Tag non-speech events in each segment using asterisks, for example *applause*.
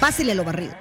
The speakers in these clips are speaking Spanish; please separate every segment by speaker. Speaker 1: Pásele lo barrido.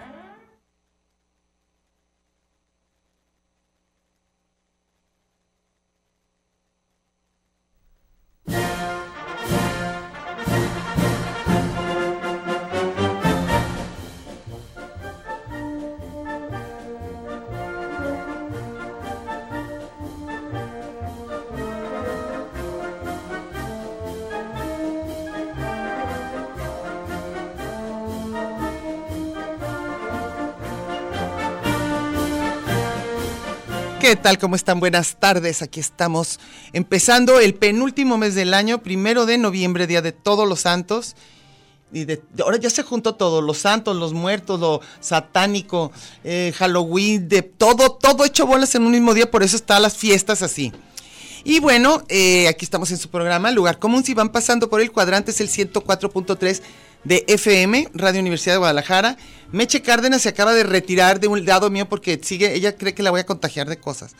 Speaker 2: ¿Qué tal? ¿Cómo están? Buenas tardes. Aquí estamos empezando el penúltimo mes del año, primero de noviembre, día de todos los santos. Y de, de- ahora ya se juntó todo, los santos, los muertos, lo satánico, eh, Halloween, de todo, todo hecho bolas en un mismo día, por eso están las fiestas así. Y bueno, eh, aquí estamos en su programa, Lugar Común. Si van pasando por el cuadrante, es el 104.3 de FM, Radio Universidad de Guadalajara. Meche Cárdenas se acaba de retirar de un lado mío porque sigue, ella cree que la voy a contagiar de cosas.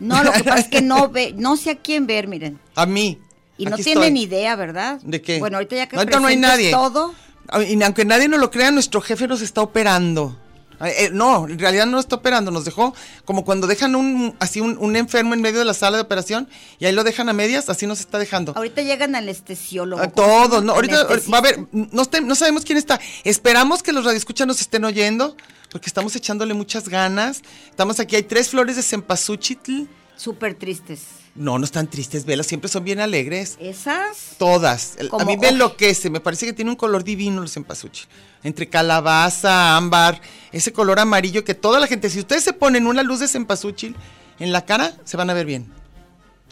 Speaker 3: No, lo que pasa es que no ve, no sé a quién ver, miren.
Speaker 2: A mí.
Speaker 3: Y no
Speaker 2: aquí
Speaker 3: tienen
Speaker 2: estoy.
Speaker 3: idea, ¿verdad?
Speaker 2: ¿De qué?
Speaker 3: Bueno, ahorita ya que
Speaker 2: Ahorita no hay
Speaker 3: presentes
Speaker 2: nadie.
Speaker 3: todo,
Speaker 2: Ah, Y aunque nadie nos lo crea, nuestro jefe nos está operando. Ah, eh, no, en realidad no lo está operando, nos dejó como cuando dejan un así un, un enfermo en medio de la sala de operación y ahí lo dejan a medias, así nos está dejando.
Speaker 3: ahorita llegan anestesiólogo.
Speaker 2: A todos, no, ahorita
Speaker 3: Anestesista.
Speaker 2: va a haber, no, estem- no sabemos quién está. Esperamos que los radioescuchas nos estén oyendo, porque estamos echándole muchas ganas. Estamos aquí, hay tres flores de cempasúchitl.
Speaker 3: Súper tristes.
Speaker 2: No, no están tristes, velas, siempre son bien alegres.
Speaker 3: Esas.
Speaker 2: Todas. El- A
Speaker 3: Como
Speaker 2: mí me
Speaker 3: hoy.
Speaker 2: enloquece, me parece que tiene un color divino los cempasúchil. Entre calabaza, ámbar, ese color amarillo que toda la gente, si ustedes se ponen una luz de cempasúchil en la cara, se van a ver bien.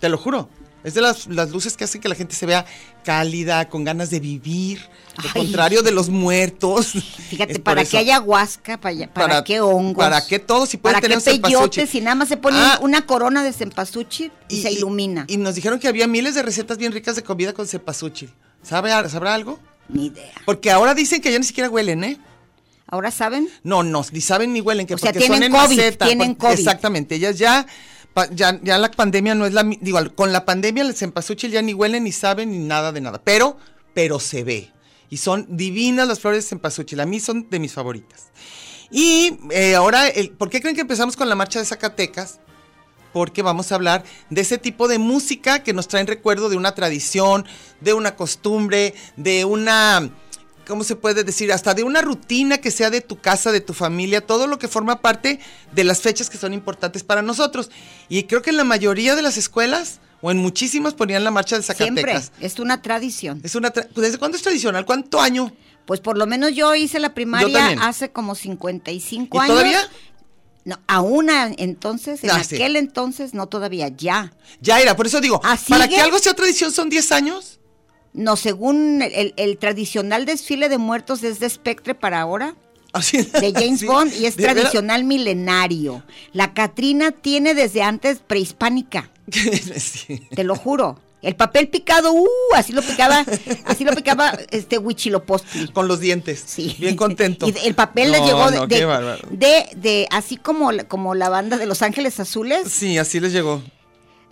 Speaker 2: Te lo juro. Es de las, las luces que hacen que la gente se vea cálida, con ganas de vivir, lo
Speaker 3: Ay.
Speaker 2: contrario de los muertos.
Speaker 3: Fíjate,
Speaker 2: *laughs* Es por
Speaker 3: para
Speaker 2: eso.
Speaker 3: que haya huasca, para, para, qué hongos.
Speaker 2: Para que todos, si pueden
Speaker 3: para
Speaker 2: tener
Speaker 3: qué
Speaker 2: un cempasúchil.
Speaker 3: peyotes, y nada más se pone
Speaker 2: Ah,
Speaker 3: una corona de cempasúchil y, se ilumina.
Speaker 2: Y, nos dijeron que había miles de recetas bien ricas de comida con cempasúchil. ¿Sabe, a- ¿Sabrá algo?
Speaker 3: Ni idea.
Speaker 2: Porque ahora dicen que ya ni siquiera huelen, ¿eh?
Speaker 3: Ahora saben,
Speaker 2: No, no, ni saben ni huelen, que
Speaker 3: O sea,
Speaker 2: porque son
Speaker 3: tienen
Speaker 2: en
Speaker 3: COVID,
Speaker 2: maceta,
Speaker 3: tienen
Speaker 2: porque-
Speaker 3: COVID.
Speaker 2: Exactamente, ellas ya, pa- ya, ya la pandemia no es la, mi- digo, al- con la pandemia el cempasúchil ya ni huelen, ni saben, ni nada de nada, pero, pero se ve. Y son divinas las flores de cempasúchil, a mí son de mis favoritas. Y eh, ahora, el- ¿por qué creen que empezamos con la marcha de Zacatecas? porque vamos a hablar de ese tipo de música que nos traen recuerdo de una tradición, de una costumbre, de una, ¿cómo se puede decir? Hasta de una rutina que sea de tu casa, de tu familia, todo lo que forma parte de las fechas que son importantes para nosotros. Y creo que en la mayoría de las escuelas, o en muchísimas, ponían la marcha de
Speaker 3: siempre.
Speaker 2: Zacatecas.
Speaker 3: Es una tradición.
Speaker 2: Es una tra- pues, ¿Desde cuándo es tradicional? ¿Cuánto año?
Speaker 3: Pues por lo menos yo hice la primaria
Speaker 2: también.
Speaker 3: hace como 55
Speaker 2: ¿Y
Speaker 3: años.
Speaker 2: todavía?
Speaker 3: No, aún a- entonces, en
Speaker 2: Ah, sí.
Speaker 3: aquel entonces, no todavía, ya.
Speaker 2: Ya era, por eso digo,
Speaker 3: ¿Ah,
Speaker 2: para
Speaker 3: sigue?
Speaker 2: que algo sea tradición son 10 años.
Speaker 3: No, según el, el- el tradicional desfile de muertos es de Spectre para ahora,
Speaker 2: Así-
Speaker 3: de James
Speaker 2: *laughs* sí,
Speaker 3: Bond, y es
Speaker 2: de veras.
Speaker 3: tradicional milenario. La Catrina tiene desde antes prehispánica,
Speaker 2: *laughs* Sí.
Speaker 3: te lo juro. El papel picado, uh, así lo picaba, así lo picaba este Huichilopostli.
Speaker 2: Con los dientes.
Speaker 3: Sí.
Speaker 2: Bien
Speaker 3: *laughs*
Speaker 2: contento.
Speaker 3: Y de- el papel les
Speaker 2: No,
Speaker 3: llegó de,
Speaker 2: no,
Speaker 3: de,
Speaker 2: qué bárbaro.
Speaker 3: de- de- así como, la- como la banda de Los Ángeles Azules,
Speaker 2: Sí, así les llegó.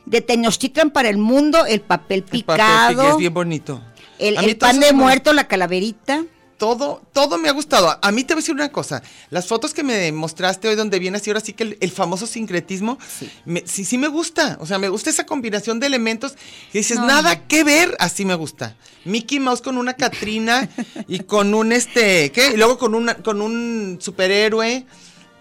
Speaker 3: de Tenochtitlan para el mundo, el papel
Speaker 2: El papel, que
Speaker 3: picado,
Speaker 2: es bien bonito.
Speaker 3: el,
Speaker 2: A mí
Speaker 3: el
Speaker 2: todo
Speaker 3: pan
Speaker 2: eso
Speaker 3: de
Speaker 2: me-
Speaker 3: muerto, la calaverita.
Speaker 2: Todo, todo me ha gustado. A mí te voy a decir una cosa. Las fotos que me mostraste hoy donde viene así, ahora sí que el, el famoso sincretismo,
Speaker 3: Sí.
Speaker 2: me- sí, sí me gusta. O sea, me gusta esa combinación de elementos que dices,
Speaker 3: No,
Speaker 2: nada que ver, así me gusta. Mickey Mouse con una Catrina y con un este, ¿qué? Y luego con, una, con un superhéroe.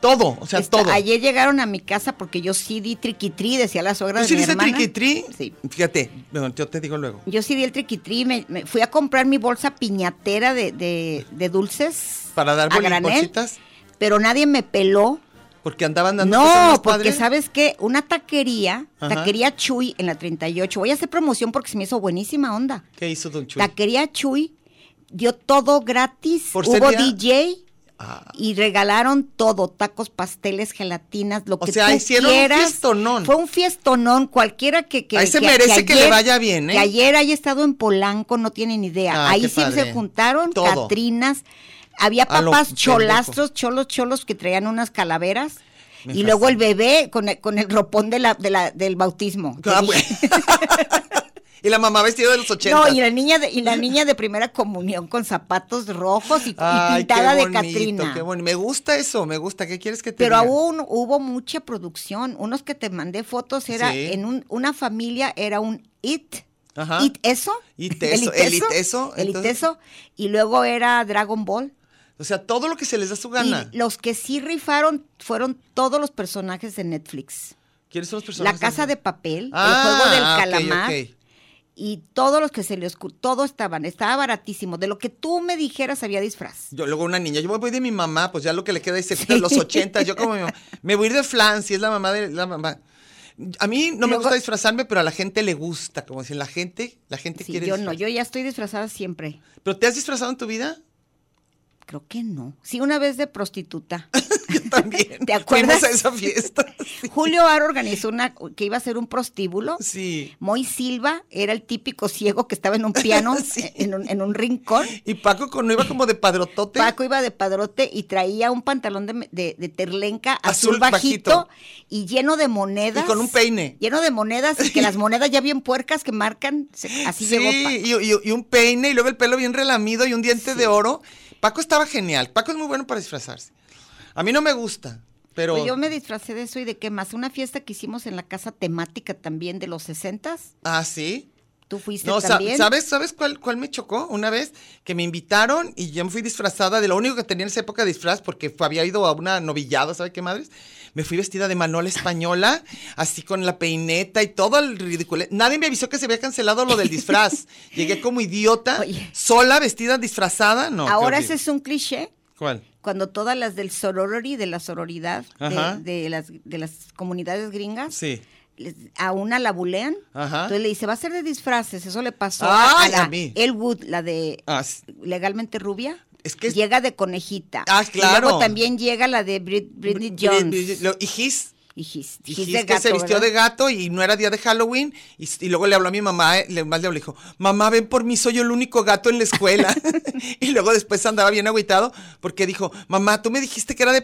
Speaker 2: Todo, o sea,
Speaker 3: Esta-
Speaker 2: todo.
Speaker 3: Ayer llegaron a mi casa porque yo sí di triquitri, decía la suegra
Speaker 2: ¿Tú
Speaker 3: de
Speaker 2: sí
Speaker 3: mi
Speaker 2: dices
Speaker 3: hermana.
Speaker 2: triquitri?
Speaker 3: Sí.
Speaker 2: Fíjate, bueno, yo te digo luego.
Speaker 3: Yo sí di el triquitri, me, me fui a comprar mi bolsa piñatera de, de- de dulces.
Speaker 2: Para dar
Speaker 3: a granel,
Speaker 2: bolsitas.
Speaker 3: Pero nadie me peló.
Speaker 2: Porque andaban dando
Speaker 3: No,
Speaker 2: cosas más
Speaker 3: porque
Speaker 2: padres.
Speaker 3: sabes que una taquería,
Speaker 2: Ajá.
Speaker 3: taquería Chuy en la 38, voy a hacer promoción porque se me hizo buenísima onda.
Speaker 2: ¿Qué hizo Don Chuy?
Speaker 3: Taquería Chuy dio todo gratis,
Speaker 2: Por ser
Speaker 3: hubo
Speaker 2: día-
Speaker 3: DJ
Speaker 2: Ah,
Speaker 3: y regalaron todo, tacos, pasteles, gelatinas, lo
Speaker 2: O
Speaker 3: que
Speaker 2: sea,
Speaker 3: tú
Speaker 2: hicieron un
Speaker 3: quieras.
Speaker 2: fiestonón.
Speaker 3: Fue un fiestonón, cualquiera que que
Speaker 2: Ahí se merece que le vaya bien, ¿eh?
Speaker 3: Que ayer haya estado en Polanco, no tienen idea.
Speaker 2: Ah,
Speaker 3: Ahí
Speaker 2: qué
Speaker 3: sí se
Speaker 2: padre.
Speaker 3: juntaron
Speaker 2: Todo.
Speaker 3: catrinas, había
Speaker 2: A lo
Speaker 3: papás
Speaker 2: pendejo.
Speaker 3: cholastros, cholos, cholos que traían unas calaveras.
Speaker 2: Me
Speaker 3: y luego
Speaker 2: fascina.
Speaker 3: el bebé con el, con el ropón de la, de la, del bautismo.
Speaker 2: ah, bueno. *laughs* y la mamá vestida de los 80.
Speaker 3: No, y la niña de, y la niña de primera comunión con zapatos rojos y, y
Speaker 2: Ay, qué
Speaker 3: pintada de
Speaker 2: bonito,
Speaker 3: Catrina.
Speaker 2: Qué bueno. Me gusta eso, me gusta. ¿Qué quieres que te
Speaker 3: Pero
Speaker 2: diga?
Speaker 3: aún hubo mucha producción. Unos que te mandé fotos era
Speaker 2: Sí.
Speaker 3: en un, una familia, era un it.
Speaker 2: Ajá.
Speaker 3: It eso.
Speaker 2: It eso, el it eso,
Speaker 3: El it
Speaker 2: entonces-
Speaker 3: eso, Y luego era Dragon Ball.
Speaker 2: O sea, todo lo que se les da su gana.
Speaker 3: Y los que sí rifaron fueron todos los personajes de Netflix.
Speaker 2: ¿Quiénes son los
Speaker 3: La
Speaker 2: personajes?
Speaker 3: Casa de Papel,
Speaker 2: Ah,
Speaker 3: El Juego del
Speaker 2: ok,
Speaker 3: Calamar.
Speaker 2: ok.
Speaker 3: Y todos los que se les... cu- Todos estaban. Estaba baratísimo. De lo que tú me dijeras había disfraz.
Speaker 2: Yo luego una niña, yo me voy de mi mamá, pues ya lo que le queda es el-
Speaker 3: Sí.
Speaker 2: los 80, yo como mi mamá, me voy a ir de flan, si es la mamá de la mamá. A mí no me
Speaker 3: Luego-
Speaker 2: gusta disfrazarme, pero a la gente le gusta, como si la gente, la gente
Speaker 3: Sí,
Speaker 2: quiere
Speaker 3: yo no.
Speaker 2: disfrazar.
Speaker 3: Yo ya estoy disfrazada siempre.
Speaker 2: ¿Pero te has disfrazado en tu vida?
Speaker 3: Creo que no. Sí, una vez de
Speaker 2: *laughs*
Speaker 3: prostituta. *laughs*
Speaker 2: Yo también.
Speaker 3: ¿Te acuerdas?
Speaker 2: Fuimos a esa fiesta.
Speaker 3: *laughs* Julio Aro organizó una que iba a ser un prostíbulo.
Speaker 2: Sí.
Speaker 3: Moy Silva era el típico ciego que estaba en un piano,
Speaker 2: *laughs*
Speaker 3: e-,
Speaker 2: Sí.
Speaker 3: en, un, en un rincón.
Speaker 2: Y Paco con- no iba como de padrotote.
Speaker 3: Paco iba de padrote y traía un pantalón de, de- de terlenca azul,
Speaker 2: Azul
Speaker 3: bajito,
Speaker 2: bajito.
Speaker 3: y lleno de monedas.
Speaker 2: Y con un peine.
Speaker 3: Lleno de monedas y
Speaker 2: *laughs*
Speaker 3: que las monedas ya bien puercas que marcan. se- Así
Speaker 2: sí,
Speaker 3: llegó Paco.
Speaker 2: y, y- y un peine y luego el pelo bien relamido y un diente de oro. Paco estaba genial. Paco es muy bueno para disfrazarse. A mí no me gusta, pero...
Speaker 3: Pues yo me disfracé de eso y de qué más. Una fiesta que hicimos en la casa temática también de los 60
Speaker 2: Ah, sí.
Speaker 3: Tú fuiste
Speaker 2: No, sa-
Speaker 3: también.
Speaker 2: ¿sabes, ¿sabes cuál, cuál me chocó? Una vez que me invitaron y yo me fui disfrazada de lo único que tenía en esa época de disfraz, porque fue- había ido a una novillada, ¿sabe qué madres? Me fui vestida de Manola Española, *laughs* así con la peineta y todo el ridículo. Nadie me avisó que se había cancelado lo
Speaker 3: *laughs*
Speaker 2: del disfraz. Llegué como idiota,
Speaker 3: Oye.
Speaker 2: sola, vestida, disfrazada. No, qué
Speaker 3: Ahora
Speaker 2: horrible.
Speaker 3: ese es un cliché.
Speaker 2: ¿Cuál?
Speaker 3: cuando todas las del sorority, de la sororidad,
Speaker 2: Ajá.
Speaker 3: de, de las, de las comunidades gringas,
Speaker 2: Sí.
Speaker 3: les- a una la bulean,
Speaker 2: Ajá.
Speaker 3: entonces le dice, va a ser de disfraces, eso le pasó
Speaker 2: Ay,
Speaker 3: a, la
Speaker 2: a mí.
Speaker 3: Elle Wood, la de
Speaker 2: Ah, s-
Speaker 3: legalmente rubia,
Speaker 2: Es que-
Speaker 3: llega de conejita.
Speaker 2: Ah,
Speaker 3: Y luego
Speaker 2: claro.
Speaker 3: también llega la de Brit- Britney Jones.
Speaker 2: Lo- Y Gis.
Speaker 3: y His-
Speaker 2: Y
Speaker 3: His
Speaker 2: Gis
Speaker 3: de
Speaker 2: que se
Speaker 3: gato,
Speaker 2: vistió
Speaker 3: ¿verdad?
Speaker 2: de gato y no era día de Halloween. Y, y luego le habló a mi mamá, eh, le, más le habló, dijo, mamá, ven por mí, soy el único gato en la escuela. *laughs* y luego después andaba bien agüitado porque dijo, mamá, tú me dijiste que era de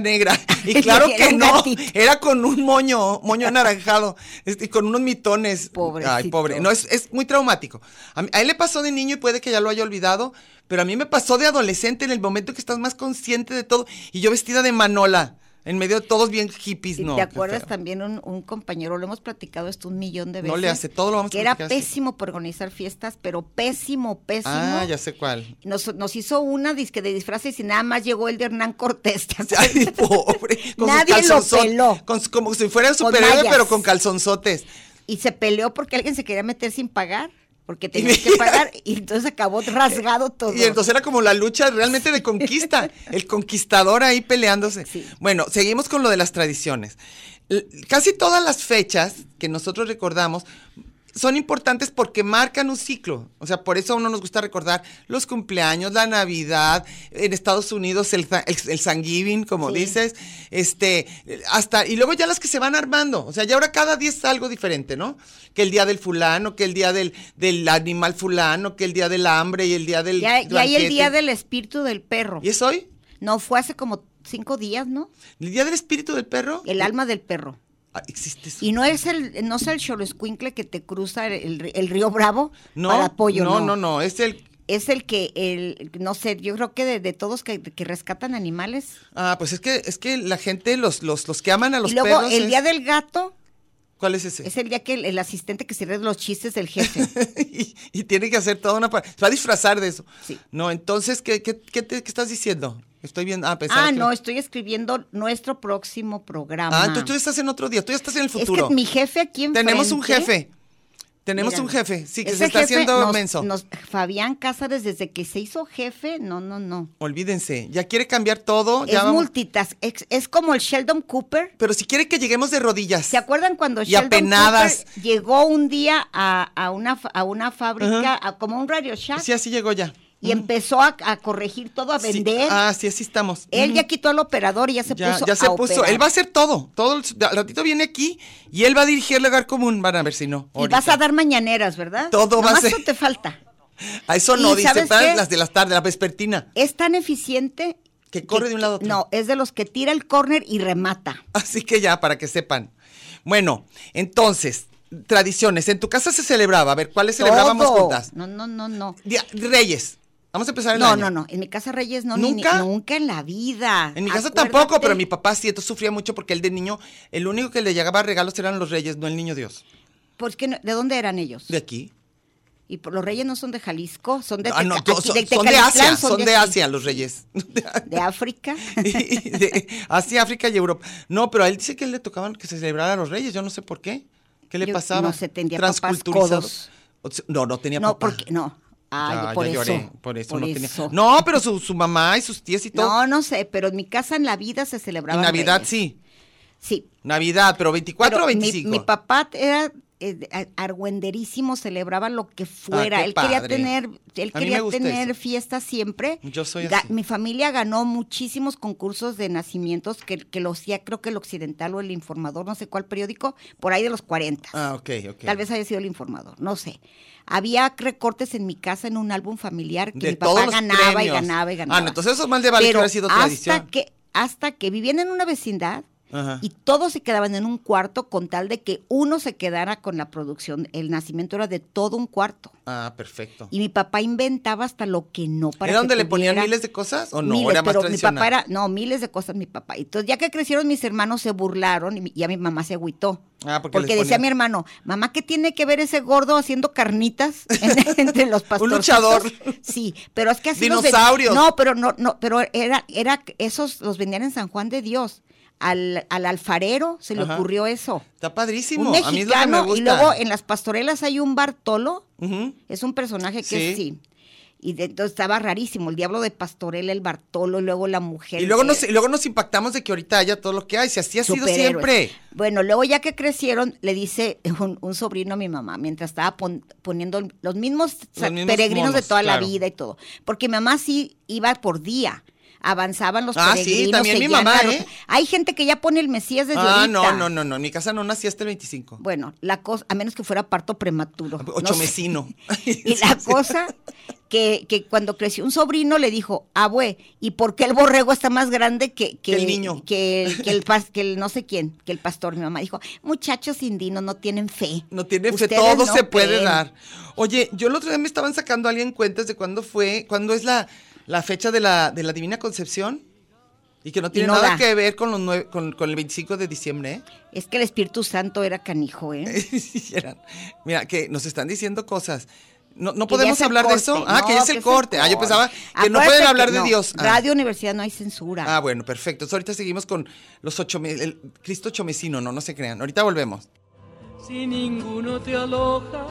Speaker 3: *laughs*
Speaker 2: negra. Y claro
Speaker 3: Era
Speaker 2: que
Speaker 3: un
Speaker 2: no,
Speaker 3: gatito.
Speaker 2: era con un moño, moño anaranjado, este, y con unos mitones. Ay,
Speaker 3: Pobrecito.
Speaker 2: pobre. No, es, es muy traumático. A, mí- a él le pasó de niño y puede que ya lo haya olvidado, pero a mí me pasó de adolescente en el momento que estás más consciente de todo. Y yo vestida de Manola. En medio de todos bien hippies,
Speaker 3: Y
Speaker 2: no.
Speaker 3: te
Speaker 2: qué
Speaker 3: acuerdas
Speaker 2: feo.
Speaker 3: también un, un compañero, lo hemos platicado esto un millón de veces.
Speaker 2: No le hace, todo lo vamos a
Speaker 3: Que era
Speaker 2: platicar, sí.
Speaker 3: pésimo por organizar fiestas, pero pésimo, pésimo.
Speaker 2: Ah, ya sé cuál. *laughs*
Speaker 3: Nos, nos hizo una disque de disfraces y nada más llegó el de Hernán Cortés.
Speaker 2: *laughs*
Speaker 3: ¿te acuerdas?
Speaker 2: Ay, pobre. Con
Speaker 3: Nadie lo
Speaker 2: calzonzón-
Speaker 3: peló.
Speaker 2: con su- como si fuera un
Speaker 3: Con
Speaker 2: superhéroe,
Speaker 3: mallas.
Speaker 2: pero con calzonzotes.
Speaker 3: Y se peleó porque alguien se quería meter sin pagar, porque tenía
Speaker 2: *laughs*
Speaker 3: que pagar, y entonces acabó rasgado todo.
Speaker 2: Y entonces era como la lucha realmente de conquista. *laughs* el conquistador ahí peleándose.
Speaker 3: Sí.
Speaker 2: Bueno, seguimos con lo de las tradiciones. L- Casi todas las fechas que nosotros recordamos son importantes porque marcan un ciclo. O sea, por eso a uno nos gusta recordar los cumpleaños, la Navidad, en Estados Unidos el, Tha- el, el Thanksgiving, como
Speaker 3: Sí.
Speaker 2: dices, este, hasta, y luego ya las que se van armando. O sea, ya ahora cada día es algo diferente, ¿no? Que el día del fulano, que el día del, del animal fulano, que el día del hambre y el día del.
Speaker 3: y hay, y hay el
Speaker 2: banquete.
Speaker 3: día del espíritu del perro.
Speaker 2: ¿Y es hoy?
Speaker 3: No, fue hace como cinco días, ¿no?
Speaker 2: ¿El día del espíritu del perro?
Speaker 3: El alma del perro.
Speaker 2: Ah, existe eso.
Speaker 3: Y no es el, no es el Xoloescuincle que te cruza el, el- el río Bravo
Speaker 2: No,
Speaker 3: para pollo,
Speaker 2: no, no, no, es el.
Speaker 3: Es el que, el, no sé, yo creo que de, de todos que, que rescatan animales.
Speaker 2: Ah, pues es que es que la gente, los, los, los que aman a los
Speaker 3: y luego
Speaker 2: perros.
Speaker 3: el
Speaker 2: es-
Speaker 3: día del gato
Speaker 2: ¿Cuál es ese?
Speaker 3: es el día que el, el asistente que se ríe de los chistes del
Speaker 2: *laughs*
Speaker 3: jefe.
Speaker 2: y, y tiene que hacer toda una. pa- Se va a disfrazar de eso.
Speaker 3: Sí.
Speaker 2: No, entonces, ¿qué, qué, qué te- qué estás diciendo? Estoy viendo. Ah, pensaba
Speaker 3: Ah,
Speaker 2: que-
Speaker 3: no, estoy escribiendo nuestro próximo programa.
Speaker 2: Ah, entonces tú estás en otro día, tú ya estás en el futuro.
Speaker 3: Es que mi jefe aquí en
Speaker 2: Tenemos un jefe. Tenemos
Speaker 3: Mira,
Speaker 2: un jefe, sí, que
Speaker 3: ese
Speaker 2: se está
Speaker 3: jefe
Speaker 2: haciendo
Speaker 3: nos-
Speaker 2: menso.
Speaker 3: nos- Fabián Cázares, desde que se hizo jefe, no, no, no.
Speaker 2: Olvídense, ya quiere cambiar todo.
Speaker 3: Es
Speaker 2: ya vamos-
Speaker 3: multitask. Es, es como el Sheldon Cooper.
Speaker 2: Pero si quiere que lleguemos de rodillas.
Speaker 3: ¿Se acuerdan cuando
Speaker 2: Y
Speaker 3: Sheldon
Speaker 2: apenadas.
Speaker 3: Cooper llegó un día a, a una, fa- a una fábrica, a- como un Radio Shack,
Speaker 2: Sí, así llegó ya.
Speaker 3: y empezó a, a corregir todo, a
Speaker 2: Sí,
Speaker 3: vender?
Speaker 2: Ah, sí, así estamos.
Speaker 3: Él
Speaker 2: Ujú.
Speaker 3: ya quitó al operador y ya se
Speaker 2: ya,
Speaker 3: puso
Speaker 2: ya se
Speaker 3: a
Speaker 2: puso.
Speaker 3: operar.
Speaker 2: Él va a hacer todo. Todo el- al ratito viene aquí y él va a dirigir el hogar común. Van a ver si no.
Speaker 3: Y
Speaker 2: ahorita.
Speaker 3: vas a dar mañaneras, ¿verdad?
Speaker 2: Todo va a
Speaker 3: Nomás
Speaker 2: ser-
Speaker 3: eso te falta.
Speaker 2: A eso
Speaker 3: ¿Y
Speaker 2: no, dice,
Speaker 3: sabes
Speaker 2: para
Speaker 3: qué?
Speaker 2: las de las tarde, la vespertina. *laughs*
Speaker 3: Es tan eficiente...
Speaker 2: Que corre de un lado a otro.
Speaker 3: No, es de los que tira el córner y remata.
Speaker 2: Así que ya, para que sepan. Bueno, entonces, tradiciones. En tu casa se celebraba. A ver, ¿cuáles celebrábamos
Speaker 3: Todo.
Speaker 2: juntas?
Speaker 3: No, no, no, no.
Speaker 2: Día- Reyes. Vamos a empezar el
Speaker 3: No,
Speaker 2: año.
Speaker 3: no, no. En mi casa Reyes no. ni- ni-
Speaker 2: ¿Nunca?
Speaker 3: nunca en la vida.
Speaker 2: En mi casa
Speaker 3: Acuérdate.
Speaker 2: tampoco, pero mi papá sí, entonces sufría mucho porque él de niño, el único que le llegaba regalos eran los reyes, no el niño Dios.
Speaker 3: ¿Por qué no? ¿De dónde eran ellos?
Speaker 2: De aquí.
Speaker 3: Y por- los Reyes no son de Jalisco, son de
Speaker 2: Ah, no,
Speaker 3: Teca-
Speaker 2: to-
Speaker 3: aquí,
Speaker 2: son,
Speaker 3: de
Speaker 2: son de
Speaker 3: Tecalitlán,
Speaker 2: Asia, son de
Speaker 3: aquí.
Speaker 2: Asia
Speaker 3: *laughs*
Speaker 2: los reyes. *laughs*
Speaker 3: De África.
Speaker 2: Y de Asia, África y Europa. No, pero a él dice que a él le tocaban que se celebraran los reyes, yo no sé por qué. ¿Qué le
Speaker 3: Yo
Speaker 2: pasaba?
Speaker 3: no sé, tenía papás codos.
Speaker 2: O sea, No, no tenía
Speaker 3: no,
Speaker 2: papá.
Speaker 3: porque no. Ay,
Speaker 2: Ya,
Speaker 3: por,
Speaker 2: ya
Speaker 3: eso,
Speaker 2: lloré, por eso no tenía.
Speaker 3: eso.
Speaker 2: No, pero su, su mamá y sus tías y todo.
Speaker 3: No, no sé, pero en mi casa en la vida se
Speaker 2: y
Speaker 3: celebraba.
Speaker 2: Navidad sí.
Speaker 3: Sí.
Speaker 2: Navidad, pero 24
Speaker 3: pero
Speaker 2: o
Speaker 3: mi-
Speaker 2: 25.
Speaker 3: Mi, papá era eh, a- argüenderísimo, celebraba lo que fuera.
Speaker 2: Ah, qué
Speaker 3: él quería
Speaker 2: padre.
Speaker 3: tener, él
Speaker 2: A mí me
Speaker 3: quería
Speaker 2: gusta
Speaker 3: tener
Speaker 2: eso.
Speaker 3: fiestas siempre.
Speaker 2: Yo soy
Speaker 3: Ga-
Speaker 2: así.
Speaker 3: Mi familia ganó muchísimos concursos de nacimientos que, que lo hacía, creo que el Occidental o el Informador, no sé cuál periódico, por ahí de los 40.
Speaker 2: Ah, ok, ok.
Speaker 3: Tal vez haya sido el informador, no sé. Había recortes en mi casa en un álbum familiar que
Speaker 2: De
Speaker 3: mi papá
Speaker 2: todos los
Speaker 3: ganaba y
Speaker 2: premios.
Speaker 3: ganaba y
Speaker 2: Ah,
Speaker 3: ganaba.
Speaker 2: no, entonces eso es mal de vale que
Speaker 3: Pero
Speaker 2: hubiera sido
Speaker 3: hasta
Speaker 2: tradición.
Speaker 3: Que, hasta que vivían en una vecindad
Speaker 2: Ajá.
Speaker 3: y todos se quedaban en un cuarto con tal de que uno se quedara con la producción. El nacimiento era de todo un cuarto.
Speaker 2: Ah, perfecto.
Speaker 3: Y mi papá inventaba hasta lo que no para
Speaker 2: ¿Era
Speaker 3: que
Speaker 2: donde le ponían
Speaker 3: tuviera-
Speaker 2: miles de cosas o no?
Speaker 3: Miles,
Speaker 2: era más
Speaker 3: pero mi
Speaker 2: tradicional.
Speaker 3: papá era, no, miles de cosas mi papá. Entonces, ya que crecieron mis hermanos se burlaron y mi- ya mi mamá se agüitó.
Speaker 2: Ah, porque les
Speaker 3: decía
Speaker 2: ponían-
Speaker 3: mi hermano, mamá, ¿qué tiene que ver ese gordo haciendo carnitas *laughs* en- entre
Speaker 2: *laughs*
Speaker 3: los pastores?
Speaker 2: luchador.
Speaker 3: Sí, pero es que así los ven-
Speaker 2: Dinosaurios.
Speaker 3: No, pero no, no, pero era, era, esos los vendían en San Juan de Dios. Al, al alfarero se le
Speaker 2: Ajá.
Speaker 3: ocurrió eso.
Speaker 2: Está padrísimo.
Speaker 3: un
Speaker 2: a mí es lo que me
Speaker 3: mexicano,
Speaker 2: gusta.
Speaker 3: y luego en las pastorelas hay un Bartolo,
Speaker 2: Ujú.
Speaker 3: es un personaje que
Speaker 2: Sí.
Speaker 3: sí. Y de- entonces estaba rarísimo, el diablo de Pastorela, el Bartolo, y luego la mujer.
Speaker 2: Y luego
Speaker 3: eh,
Speaker 2: nos, y luego nos impactamos de que ahorita haya todo lo que hay. Si así ha sido
Speaker 3: superhéroes.
Speaker 2: siempre.
Speaker 3: Bueno, luego ya que crecieron, le dice *laughs* un, un sobrino a mi mamá, mientras estaba pon- poniendo los mismos, sa-
Speaker 2: mismos
Speaker 3: peregrinos de
Speaker 2: monos,
Speaker 3: toda
Speaker 2: claro.
Speaker 3: la vida y todo. Porque mi mamá sí iba por día. Avanzaban los
Speaker 2: Ah, sí,
Speaker 3: peregrinos.
Speaker 2: también mi
Speaker 3: seguían
Speaker 2: mamá,
Speaker 3: a los-
Speaker 2: ¿eh?
Speaker 3: Hay gente que ya pone el Mesías desde
Speaker 2: Ah,
Speaker 3: ahorita.
Speaker 2: no, no, no, no. En mi casa no nací hasta el 25.
Speaker 3: Bueno, la cosa, a menos que fuera parto prematuro. no
Speaker 2: Ocho
Speaker 3: sé. *laughs*
Speaker 2: mesino. *laughs*
Speaker 3: Y la cosa que, que cuando creció un sobrino le dijo, abue, ¿y por qué el borrego está más grande que,
Speaker 2: Que el niño.
Speaker 3: Que, el- que el, pas- que el no sé quién, que el pastor? Mi mamá dijo, muchachos indinos no tienen fe.
Speaker 2: No tiene fe,
Speaker 3: Ustedes
Speaker 2: todo
Speaker 3: no
Speaker 2: se puede
Speaker 3: creen".
Speaker 2: dar. Oye, yo el otro día me estaban sacando a alguien cuentas de cuándo fue, cuándo es la, la fecha de la, de la Divina Concepción. Y que no tiene
Speaker 3: no
Speaker 2: nada
Speaker 3: da.
Speaker 2: que ver con, los nueve- con, con el 25 de diciembre, ¿eh? *laughs*
Speaker 3: Es que el Espíritu Santo era canijo, ¿eh?
Speaker 2: Sí, eran. Mira, que nos están diciendo cosas. No, no
Speaker 3: Que ya es
Speaker 2: podemos
Speaker 3: el
Speaker 2: hablar de
Speaker 3: corte.
Speaker 2: eso. Ah, que ya
Speaker 3: No,
Speaker 2: es el
Speaker 3: es
Speaker 2: corte. Ah, yo
Speaker 3: corte.
Speaker 2: pensaba que no
Speaker 3: Acuérdate
Speaker 2: pueden
Speaker 3: que
Speaker 2: hablar de
Speaker 3: no,
Speaker 2: Dios. Ah.
Speaker 3: Radio Universidad no hay censura.
Speaker 2: Ah, bueno, perfecto. Entonces, ahorita seguimos con los ocho, me- el Cristo chomecino, no, no se crean. Ahorita volvemos.
Speaker 4: si ninguno te aloja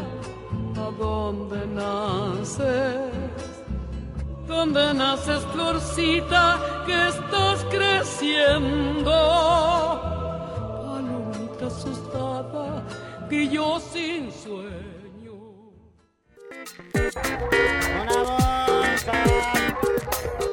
Speaker 4: a donde naces. Donde naces, florcita, que estás creciendo. Palomita asustada, que yo sin sueño.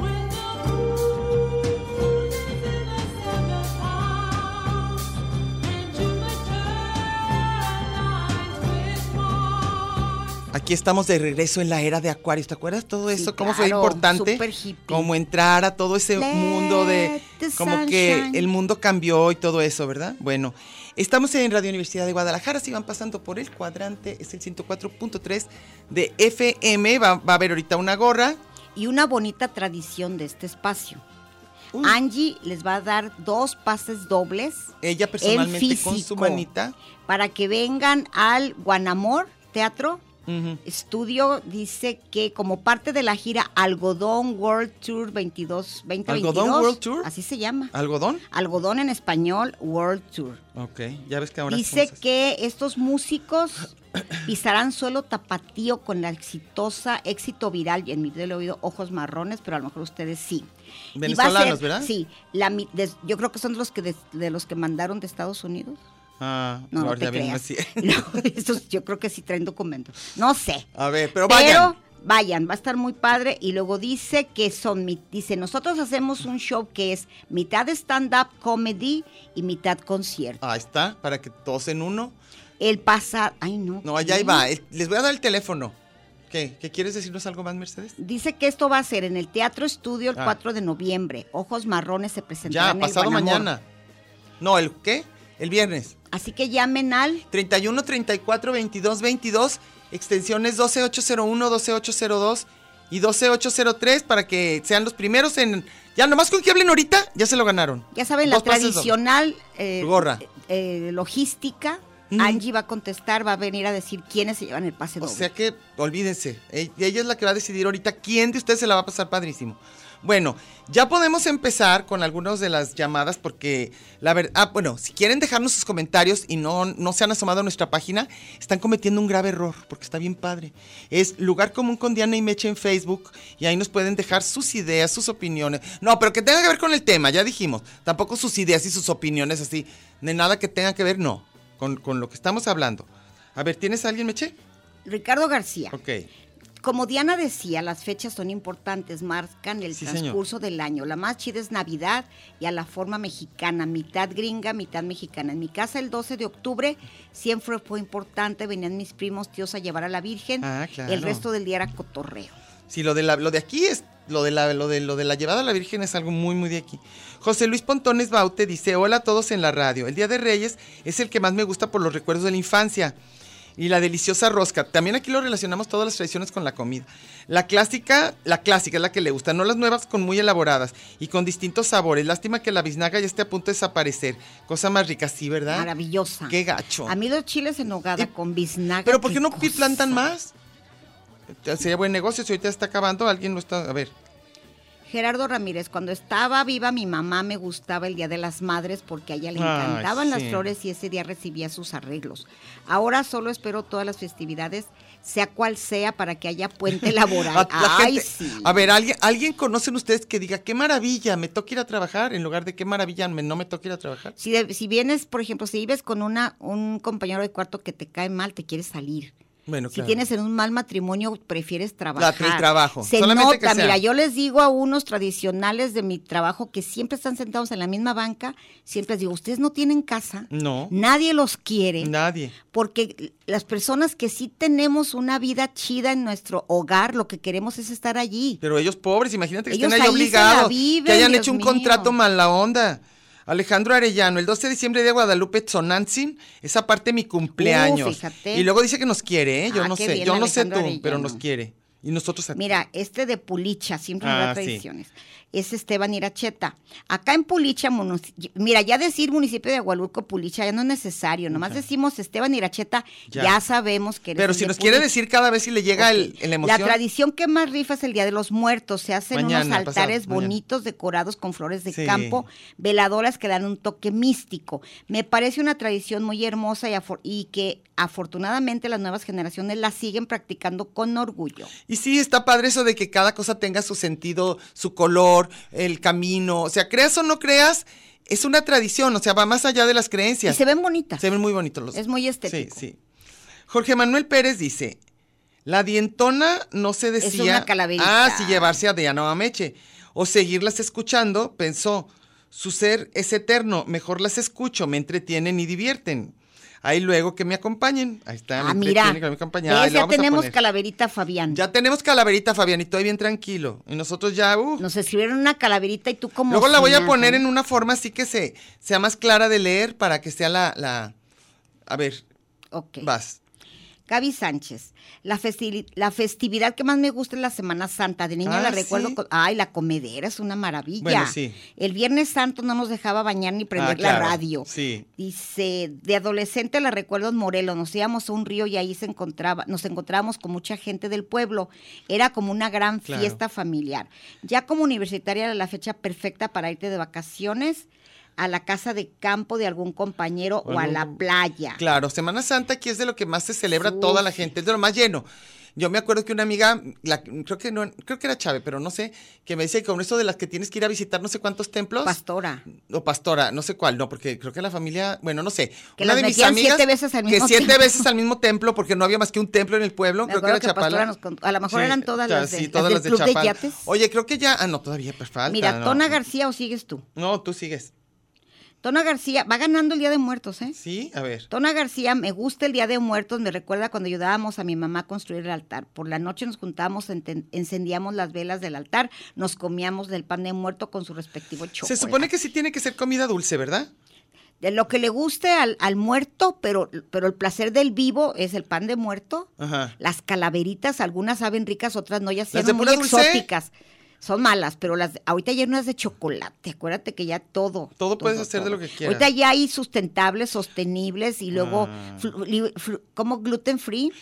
Speaker 5: When the moon is in the seventh house and Jupiter aligns
Speaker 2: Aquí estamos de regreso en la era de Acuario. ¿Te acuerdas todo eso? ¿Cómo fue
Speaker 3: claro,
Speaker 2: importante?
Speaker 3: súper hippie.
Speaker 2: Cómo entrar a todo ese
Speaker 3: Let
Speaker 2: mundo de...
Speaker 3: the
Speaker 2: Como que
Speaker 3: sunshine.
Speaker 2: el mundo cambió y todo eso, ¿verdad? Bueno, estamos en Radio Universidad de Guadalajara. Si van pasando por el cuadrante, es el 104.3 de FM. Va, va a haber ahorita una gorra.
Speaker 3: Y una bonita tradición de este espacio.
Speaker 2: Uh.
Speaker 3: Angie les va a dar dos pases dobles
Speaker 2: Ella personalmente con su
Speaker 3: físico.
Speaker 2: manita.
Speaker 3: para que vengan al Guanamor Teatro
Speaker 2: Ujú.
Speaker 3: Estudio dice que como parte de la gira Algodón World Tour 22 2022.
Speaker 2: ¿Algodón World Tour?
Speaker 3: Así se llama.
Speaker 2: ¿Algodón?
Speaker 3: Algodón en español World Tour.
Speaker 2: Ok, ya ves que ahora...
Speaker 3: dice
Speaker 2: somos-
Speaker 3: que estos
Speaker 2: *clears throat*
Speaker 3: músicos pisarán suelo tapatío con la exitosa éxito viral y en mi del oído ojos marrones, pero a lo mejor ustedes sí. Y va a
Speaker 2: Venezolanos,
Speaker 3: ser-
Speaker 2: ¿verdad?
Speaker 3: Sí, la mi- de- yo creo que son los que de- de los que mandaron de Estados Unidos.
Speaker 2: Ah,
Speaker 3: No, no
Speaker 2: ahora
Speaker 3: te
Speaker 2: ya vimos
Speaker 3: creas.
Speaker 2: así.
Speaker 3: *laughs*
Speaker 2: *laughs*
Speaker 3: No, estos yo creo que sí traen documentos. No sé.
Speaker 2: A ver, pero vayan.
Speaker 3: vayan, va a estar muy padre. Y luego dice que son, mi- dice, nosotros hacemos un show que es mitad stand-up comedy y mitad concierto.
Speaker 2: Ahí está, para que todos en uno.
Speaker 3: El pasa, ay no.
Speaker 2: No, allá iba. eh. Les voy a dar el teléfono. ¿Qué? ¿Qué quieres decirnos algo más, Mercedes?
Speaker 3: Dice que esto va a ser en el Teatro Estudio el
Speaker 2: Ah.
Speaker 3: 4 de noviembre. Ojos Marrones se presentará
Speaker 2: Ya,
Speaker 3: en el
Speaker 2: pasado
Speaker 3: Guanamor.
Speaker 2: mañana. No, ¿el qué? El viernes.
Speaker 3: Así que llamen al
Speaker 2: 31 34 22 22, extensiones 12801, 12802 y 12803 para que sean los primeros en. Ya, nomás con que hablen ahorita, ya se lo ganaron.
Speaker 3: Ya saben, la
Speaker 2: Dos pases
Speaker 3: tradicional eh,
Speaker 2: Gorra.
Speaker 3: eh, eh, logística.
Speaker 2: Mm.
Speaker 3: Angie va a contestar, va a venir a decir quiénes se llevan el pase
Speaker 2: O
Speaker 3: doble.
Speaker 2: sea que olvídense, e- ella es la que va a decidir ahorita quién de ustedes se la va a pasar padrísimo. Bueno, ya podemos empezar con algunas de las llamadas porque la verdad, ah, bueno, si quieren dejarnos sus comentarios y no, no se han asomado a nuestra página, están cometiendo un grave error porque está bien padre. Es Lugar Común con Diana y Meche en Facebook y ahí nos pueden dejar sus ideas, sus opiniones. No, pero que tenga que ver con el tema, ya dijimos. Tampoco sus ideas y sus opiniones así, de nada que tenga que ver, no, con, con lo que estamos hablando. A ver, ¿tienes a alguien, Meche?
Speaker 3: Ricardo García.
Speaker 2: Ok.
Speaker 3: Como Diana decía, las fechas son importantes, marcan el
Speaker 2: Sí, señor.
Speaker 3: transcurso del año. La más chida es Navidad y a la forma mexicana, mitad gringa, mitad mexicana. En mi casa el 12 de octubre siempre fue importante, venían mis primos, tíos a llevar a la Virgen.
Speaker 2: Ah, claro.
Speaker 3: El resto del día era cotorreo.
Speaker 2: Sí, lo de, la, lo de aquí es. Lo de, la, lo, de, lo de la llevada a la Virgen es algo muy, muy de aquí. José Luis Pontones Baute dice: Hola a todos en la radio. El Día de Reyes es el que más me gusta por los recuerdos de la infancia. Y la deliciosa rosca. También aquí lo relacionamos todas las tradiciones con la comida. La clásica, la clásica es la que le gusta, no las nuevas con muy elaboradas y con distintos sabores. Lástima que la biznaga ya esté a punto de desaparecer. Cosa más rica, sí, ¿verdad?
Speaker 3: Maravillosa.
Speaker 2: Qué gacho.
Speaker 3: A mí los chiles en hogada
Speaker 2: Y-
Speaker 3: con biznaga.
Speaker 2: Pero ¿por qué no
Speaker 3: cosa.
Speaker 2: plantan más? Sería buen negocio si ahorita está acabando, alguien lo está. A ver.
Speaker 3: Gerardo Ramírez, cuando estaba viva mi mamá me gustaba el Día de las Madres porque a ella le
Speaker 2: Ay,
Speaker 3: encantaban las
Speaker 2: sí.
Speaker 3: flores y ese día recibía sus arreglos. Ahora solo espero todas las festividades, sea cual sea, para que haya puente laboral.
Speaker 2: *laughs* A, Ah, la
Speaker 3: Ay,
Speaker 2: gente-
Speaker 3: sí.
Speaker 2: a ver, ¿alguien, ¿alguien conocen ustedes que diga qué maravilla, me toca ir a trabajar? En lugar de qué maravilla, me- no me toca ir a trabajar.
Speaker 3: Si, de- si vienes, por ejemplo, si vives con una, un compañero de cuarto que te cae mal, te quieres salir.
Speaker 2: Bueno,
Speaker 3: Si
Speaker 2: claro.
Speaker 3: tienes en un mal matrimonio, prefieres trabajar.
Speaker 2: el trabajo,
Speaker 3: Se
Speaker 2: solamente que
Speaker 3: nota,
Speaker 2: sea.
Speaker 3: mira, yo les digo a unos tradicionales de mi trabajo que siempre están sentados en la misma banca, siempre les digo, ustedes no tienen casa,
Speaker 2: No,
Speaker 3: nadie los quiere,
Speaker 2: nadie.
Speaker 3: porque las personas que sí tenemos una vida chida en nuestro hogar, lo que queremos es estar allí.
Speaker 2: Pero ellos pobres, imagínate que
Speaker 3: Ellos
Speaker 2: estén ahí
Speaker 3: ahí se la
Speaker 2: obligados,
Speaker 3: viven,
Speaker 2: que hayan
Speaker 3: Dios
Speaker 2: hecho un
Speaker 3: mío.
Speaker 2: contrato mala onda. Alejandro Arellano, el 12 de diciembre de Guadalupe Tzonantzin, esa parte mi cumpleaños.
Speaker 3: fíjate.
Speaker 2: Y luego dice que nos quiere, ¿eh? yo
Speaker 3: Ah,
Speaker 2: no
Speaker 3: qué
Speaker 2: sé,
Speaker 3: bien,
Speaker 2: yo no sé tú,
Speaker 3: Alejandro
Speaker 2: pero
Speaker 3: Arellano.
Speaker 2: nos quiere. Y nosotros aquí.
Speaker 3: Mira, este de Pulicha, siempre
Speaker 2: Ah,
Speaker 3: habrá
Speaker 2: sí.
Speaker 3: tradiciones. Es Esteban Iracheta. Acá en Pulicha, munici- mira, ya decir municipio de Agualulco, Pulicha, ya no es necesario. Nomás decimos Esteban Iracheta,
Speaker 2: Ya.
Speaker 3: ya, sabemos que eres
Speaker 2: Pero
Speaker 3: el
Speaker 2: si
Speaker 3: de
Speaker 2: nos quiere
Speaker 3: Pulicha.
Speaker 2: decir cada vez si le llega el, el emoción.
Speaker 3: La tradición que más rifa es el Día de los Muertos. Se hacen unos
Speaker 2: Mañana,
Speaker 3: altares
Speaker 2: pasado, mañana.
Speaker 3: bonitos decorados con flores de
Speaker 2: Sí.
Speaker 3: campo, veladoras que dan un toque místico. Me parece una tradición muy hermosa y, afor- y que afortunadamente las nuevas generaciones la siguen practicando con orgullo.
Speaker 2: Y sí, está padre eso de que cada cosa tenga su sentido, su color, el camino. O sea, creas o no creas, es una tradición, o sea, va más allá de las
Speaker 3: Y
Speaker 2: creencias.
Speaker 3: se ven bonitas.
Speaker 2: Se ven muy bonitos los.
Speaker 3: Es muy estético.
Speaker 2: Sí, sí. Jorge Manuel Pérez dice: La dientona no se decía.
Speaker 3: una calaverita.
Speaker 2: Ah, si llevarse a Diana o a Meche. O seguirlas escuchando, pensó. Su ser es eterno, mejor las escucho, me entretienen y divierten. Ahí luego que me acompañen. Ahí está,
Speaker 3: Ah,
Speaker 2: me
Speaker 3: mira.
Speaker 2: entretienen, que me acompañen. Ay,
Speaker 3: ¿Ves?
Speaker 2: lo
Speaker 3: Ya
Speaker 2: vamos a
Speaker 3: tenemos
Speaker 2: poner.
Speaker 3: calaverita Fabián.
Speaker 2: Ya tenemos calaverita, Fabián, y estoy bien tranquilo. Y nosotros ya, uh.
Speaker 3: Nos ¿eh? escribieron una calaverita y tú como.
Speaker 2: Luego la
Speaker 3: si
Speaker 2: voy a
Speaker 3: nada.
Speaker 2: poner en una forma así que se, sea más clara de leer para que sea la. la... A ver,
Speaker 3: Ok.
Speaker 2: vas.
Speaker 3: Gaby Sánchez, la, festi- la festividad que más me gusta es la Semana Santa. De niña
Speaker 2: Ah,
Speaker 3: la
Speaker 2: sí.
Speaker 3: recuerdo. con- Ay, la comedera es una maravilla.
Speaker 2: Bueno, sí.
Speaker 3: El Viernes Santo no nos dejaba bañar ni prender
Speaker 2: Ah,
Speaker 3: la
Speaker 2: claro,
Speaker 3: radio.
Speaker 2: Sí.
Speaker 3: Dice, de adolescente la recuerdo en Morelos, nos íbamos a un río y ahí se encontraba, nos encontrábamos con mucha gente del pueblo. Era como una gran
Speaker 2: Claro.
Speaker 3: fiesta familiar. Ya como universitaria era la fecha perfecta para irte de vacaciones a la casa de campo de algún compañero o, a
Speaker 2: algún-
Speaker 3: la playa.
Speaker 2: Claro, Semana Santa aquí es de lo que más se celebra
Speaker 3: Uf.
Speaker 2: toda la gente, es de lo más lleno. Yo me acuerdo que una amiga, la- creo que no, creo que era Chávez, pero no sé, que me dice que con eso de las que tienes que ir a visitar no sé cuántos templos.
Speaker 3: Pastora.
Speaker 2: o pastora, no sé cuál, no, porque creo que la familia, bueno, no sé.
Speaker 3: Que
Speaker 2: una
Speaker 3: las
Speaker 2: de mis
Speaker 3: metían
Speaker 2: amigas.
Speaker 3: siete veces al mismo
Speaker 2: que siete
Speaker 3: tiempo.
Speaker 2: veces al mismo templo, porque no había más que un templo en el pueblo.
Speaker 3: Me
Speaker 2: creo que era
Speaker 3: acuerdo que
Speaker 2: Chapala.
Speaker 3: Pastora nos contó- a lo mejor eran todas
Speaker 2: ya,
Speaker 3: las de-
Speaker 2: sí,
Speaker 3: las
Speaker 2: todas
Speaker 3: del
Speaker 2: las de
Speaker 3: Club de
Speaker 2: Chapala.
Speaker 3: Yates.
Speaker 2: Oye, creo que ya. Ah, no, todavía pues, falta.
Speaker 3: Mira,
Speaker 2: no.
Speaker 3: Tona García o sigues tú.
Speaker 2: No, tú sigues.
Speaker 3: Tona García va ganando el Día de Muertos, ¿eh?
Speaker 2: Sí, a ver.
Speaker 3: Tona García, me gusta el Día de Muertos, me recuerda cuando ayudábamos a mi mamá a construir el altar. Por la noche nos juntábamos, enten- encendíamos las velas del altar, nos comíamos del pan de muerto con su respectivo choco.
Speaker 2: Se supone que sí tiene que ser comida dulce, ¿verdad?
Speaker 3: De lo que le guste al, al muerto, pero, pero el placer del vivo es el pan de muerto.
Speaker 2: Ajá.
Speaker 3: Las calaveritas, algunas saben ricas, otras no, ya se
Speaker 2: ¿Las de
Speaker 3: llaman muy
Speaker 2: pura dulce?
Speaker 3: exóticas. Son malas, pero las ahorita ya hay unas de chocolate. Acuérdate que ya todo.
Speaker 2: Todo puedes hacer de lo que quieras.
Speaker 3: Ahorita ya hay sustentables, sostenibles y luego
Speaker 2: Ah.
Speaker 3: flu- li- flu- como gluten free,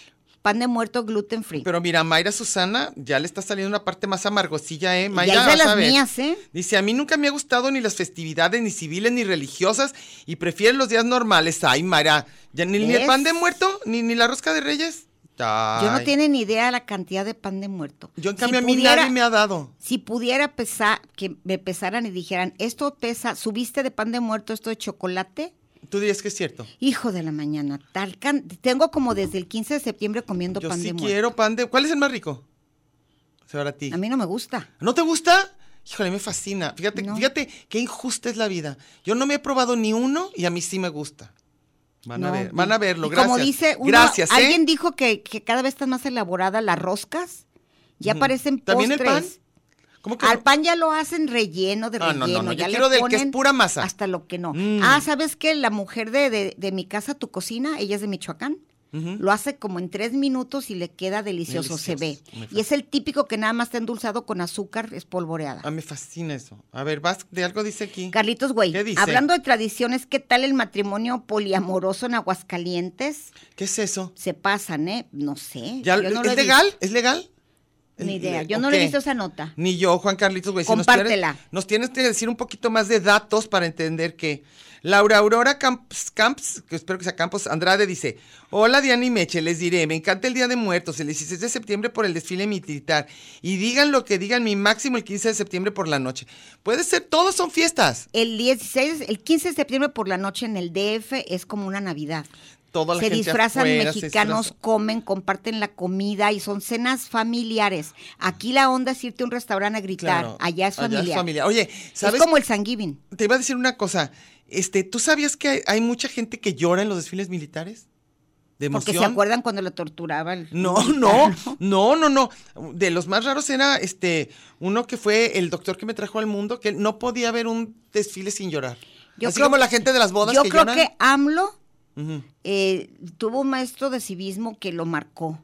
Speaker 3: pan de muerto gluten free.
Speaker 2: Pero mira, Mayra Susana, ya le está saliendo una parte más amargosilla, ¿eh?
Speaker 3: Y
Speaker 2: Mayra,
Speaker 3: ahí de
Speaker 2: vas a
Speaker 3: las
Speaker 2: ver.
Speaker 3: mías, ¿eh?
Speaker 2: Dice, a mí nunca me ha gustado ni las festividades, ni civiles, ni religiosas, y prefiero los días normales. Ay, Mayra, ya ni, ni el
Speaker 3: ¿Ves?
Speaker 2: pan de muerto, ni, ni la rosca de reyes.
Speaker 3: Yo no
Speaker 2: Ay.
Speaker 3: tiene ni idea de la cantidad de pan de muerto.
Speaker 2: Yo, en
Speaker 3: Si
Speaker 2: cambio, a mí
Speaker 3: pudiera-
Speaker 2: nadie me ha dado.
Speaker 3: Si pudiera pesar, que me pesaran y dijeran, esto pesa, subiste de pan de muerto, esto de chocolate,
Speaker 2: Tú dirías que es cierto.
Speaker 3: hijo de la mañana, tal can- tengo como desde el 15 de septiembre comiendo
Speaker 2: Yo
Speaker 3: pan
Speaker 2: sí
Speaker 3: de muerto.
Speaker 2: quiero pan de... ¿Cuál es el más rico? Se va a ti.
Speaker 3: A mí no me gusta.
Speaker 2: ¿No te gusta? Híjole, me fascina. Fíjate,
Speaker 3: No.
Speaker 2: fíjate qué injusta es la vida. Yo no me he probado ni uno y a mí sí me gusta. Van a
Speaker 3: No.
Speaker 2: ver, van a verlo,
Speaker 3: Y
Speaker 2: gracias.
Speaker 3: Como dice uno,
Speaker 2: gracias, ¿eh?
Speaker 3: alguien dijo que, que cada vez están más elaboradas las roscas, ya parecen
Speaker 2: ¿También el
Speaker 3: postres.
Speaker 2: pan? ¿Cómo que
Speaker 3: Al
Speaker 2: no?
Speaker 3: pan ya lo hacen relleno de
Speaker 2: Ah,
Speaker 3: relleno.
Speaker 2: no, no, no, yo
Speaker 3: ya le
Speaker 2: quiero del que es
Speaker 3: ponen
Speaker 2: pura masa.
Speaker 3: Hasta lo que no.
Speaker 2: Mm.
Speaker 3: Ah, ¿sabes qué? La mujer de, de- de mi casa, tu cocina, ella es de Michoacán.
Speaker 2: Ujú.
Speaker 3: Lo hace como en tres minutos y le queda delicioso, se ve.
Speaker 2: Delicioso, me
Speaker 3: Y es el típico que nada más está endulzado con azúcar espolvoreada.
Speaker 2: Ah, me fascina eso. A ver, vas, de algo dice aquí.
Speaker 3: Carlitos, güey,
Speaker 2: ¿Qué dice?
Speaker 3: hablando de tradiciones, ¿qué tal el matrimonio poliamoroso en Aguascalientes?
Speaker 2: ¿Qué es eso?
Speaker 3: Se pasan, ¿eh? No sé.
Speaker 2: Ya-
Speaker 3: yo no lo
Speaker 2: ¿Es
Speaker 3: he visto.
Speaker 2: legal? ¿Es legal?
Speaker 3: Ni
Speaker 2: Eh,
Speaker 3: idea.
Speaker 2: eh,
Speaker 3: Yo
Speaker 2: ¿o
Speaker 3: no le he
Speaker 2: qué?
Speaker 3: visto esa nota.
Speaker 2: Ni yo, Juan Carlitos, güey. Si nos
Speaker 3: Compártela.
Speaker 2: tienes- Nos tienes, que decir un poquito más de datos para entender que. Laura Aurora Camps, Camps, que espero que sea Campos Andrade, dice: Hola Diana y Meche, les diré, me encanta el Día de Muertos, el 16 de septiembre por el desfile militar. Y digan lo que digan, mi máximo el 15 de septiembre por la noche. Puede ser, todos son fiestas.
Speaker 3: El 16, el 15 de septiembre por la noche en el DF es como una Navidad.
Speaker 2: Toda la
Speaker 3: se
Speaker 2: gente
Speaker 3: disfrazan
Speaker 2: afuera, se
Speaker 3: mexicanos,
Speaker 2: disfraza.
Speaker 3: comen, comparten la comida y son cenas familiares. Aquí la onda es irte a un restaurante a gritar,
Speaker 2: Claro,
Speaker 3: allá es familiar.
Speaker 2: Oye, ¿sabes?
Speaker 3: Es como el Thanksgiving.
Speaker 2: Te iba a decir una cosa. Este, ¿Tú sabías que hay, hay mucha gente que llora en los desfiles militares? De emoción.
Speaker 3: Porque se acuerdan cuando lo torturaban.
Speaker 2: No,
Speaker 3: *laughs*
Speaker 2: no, no, no, no. De los más raros era este uno que fue el doctor que me trajo al mundo, que él no podía ver un desfile sin llorar.
Speaker 3: Yo
Speaker 2: Así
Speaker 3: creo-
Speaker 2: como la gente de las bodas
Speaker 3: Yo
Speaker 2: que
Speaker 3: creo
Speaker 2: lloran.
Speaker 3: que AMLO
Speaker 2: Ujú.
Speaker 3: eh, tuvo un maestro de civismo que lo marcó.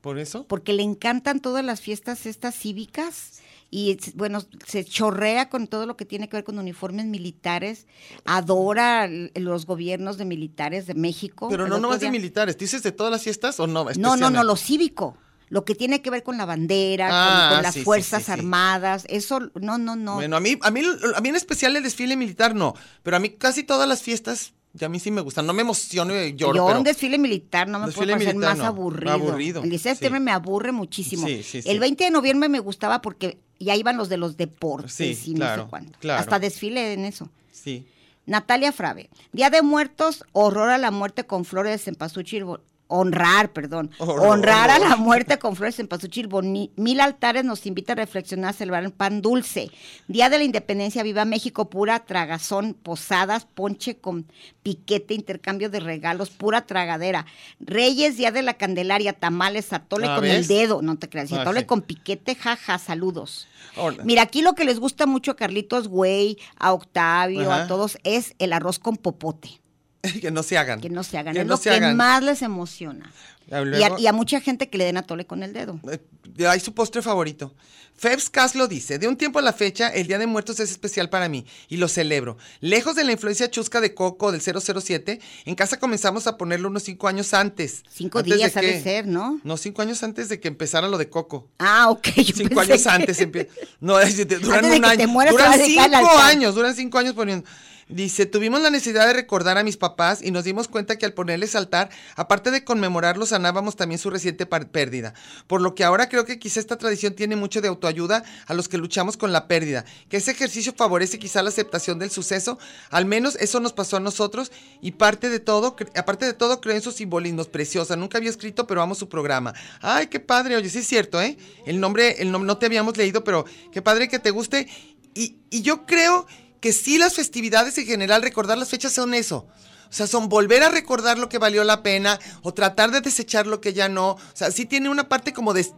Speaker 2: ¿Por eso?
Speaker 3: porque le encantan todas las fiestas estas cívicas y es- bueno, se chorrea con todo lo que tiene que ver con uniformes militares, adora l- los gobiernos de militares de México.
Speaker 2: Pero
Speaker 3: El
Speaker 2: no
Speaker 3: otro
Speaker 2: nomás de
Speaker 3: día-
Speaker 2: militares. ¿Dices de todas las fiestas o no?
Speaker 3: No, no, no,
Speaker 2: Especial.
Speaker 3: lo cívico. Lo que tiene que ver con la bandera, con-
Speaker 2: Ah,
Speaker 3: con,
Speaker 2: ah,
Speaker 3: las
Speaker 2: sí, sí,
Speaker 3: Fuerzas
Speaker 2: sí, sí.
Speaker 3: Armadas, eso, no, no, no.
Speaker 2: Bueno, a mí, a, mí, a mí en especial el desfile militar no, pero a mí casi todas las fiestas, ya a mí sí me gustan. No me emociono y lloro,
Speaker 3: Yo
Speaker 2: pero
Speaker 3: un desfile militar no me puede
Speaker 2: Desfile
Speaker 3: parecer
Speaker 2: militar,
Speaker 3: más
Speaker 2: no.
Speaker 3: aburrido.
Speaker 2: Aburrido,
Speaker 3: El 16 de
Speaker 2: sí.
Speaker 3: septiembre me aburre muchísimo.
Speaker 2: Sí, sí, sí.
Speaker 3: El 20 de noviembre me gustaba porque ya iban los de los deportes
Speaker 2: Sí,
Speaker 3: y no
Speaker 2: claro,
Speaker 3: sé cuánto.
Speaker 2: claro.
Speaker 3: Hasta desfile en eso.
Speaker 2: sí.
Speaker 3: Natalia Frave. Día de Muertos, horror a la muerte con flores de cempasúchil. bo- Honrar, perdón.
Speaker 2: Horror.
Speaker 3: Honrar a la muerte con flores de cempasúchil. boni- Mil altares nos invita a reflexionar, a celebrar el pan dulce. Día de la Independencia, viva México, pura tragazón, posadas, ponche con piquete, intercambio de regalos, pura tragadera. Reyes, Día de la Candelaria, tamales, atole
Speaker 2: ¿Ah,
Speaker 3: con el
Speaker 2: ves?
Speaker 3: dedo. No te creas,
Speaker 2: Ah,
Speaker 3: atole
Speaker 2: sí.
Speaker 3: con piquete, jaja, saludos.
Speaker 2: Ahora-
Speaker 3: Mira, aquí lo que les gusta mucho a Carlitos Güey, a Octavio, a
Speaker 2: Ajá.
Speaker 3: todos, es el arroz con popote.
Speaker 2: *laughs* que no se hagan.
Speaker 3: Que no se hagan.
Speaker 2: Que
Speaker 3: es
Speaker 2: no
Speaker 3: lo
Speaker 2: se
Speaker 3: que
Speaker 2: hagan.
Speaker 3: más les emociona.
Speaker 2: Ya
Speaker 3: Y a,
Speaker 2: luego-
Speaker 3: y a mucha gente que le den atole con el dedo.
Speaker 2: Eh, Hay su postre favorito. Febs Caslo dice, de un tiempo a la fecha, el Día de Muertos es especial para mí y lo celebro. Lejos de la influencia chusca de Coco del 007, en casa comenzamos a ponerlo unos cinco años antes.
Speaker 3: Cinco
Speaker 2: ¿Antes de
Speaker 3: días ha de
Speaker 2: qué?
Speaker 3: ser, ¿no?
Speaker 2: No, cinco años antes de que empezara lo de Coco.
Speaker 3: Ah, ok. yo
Speaker 2: Cinco
Speaker 3: pensé
Speaker 2: años
Speaker 3: que-
Speaker 2: antes empieza. No, es- de- duran
Speaker 3: *laughs* Antes de
Speaker 2: un
Speaker 3: que
Speaker 2: año.
Speaker 3: te mueras, te
Speaker 2: duran
Speaker 3: vas a dedicar al
Speaker 2: cinco
Speaker 3: altar.
Speaker 2: años, duran cinco años poniendo. Dice, tuvimos la necesidad de recordar a mis papás y nos dimos cuenta que al ponerles altar, aparte de conmemorarlos, sanábamos también su reciente par- pérdida. Por lo que ahora creo que quizá esta tradición tiene mucho de autoayuda a los que luchamos con la pérdida, que ese ejercicio favorece quizá la aceptación del suceso, al menos eso nos pasó a nosotros y parte de todo, cre- aparte de todo creo en sus simbolismos, preciosa, nunca había escrito, pero amo su programa. Ay, qué padre, oye, sí es cierto, ¿eh? El nombre, el nombre no te habíamos leído, pero qué padre que te guste y, y yo creo que sí las festividades en general, recordar las fechas son eso. O sea, son volver a recordar lo que valió la pena o tratar de desechar lo que ya no. O sea, sí tiene una parte como de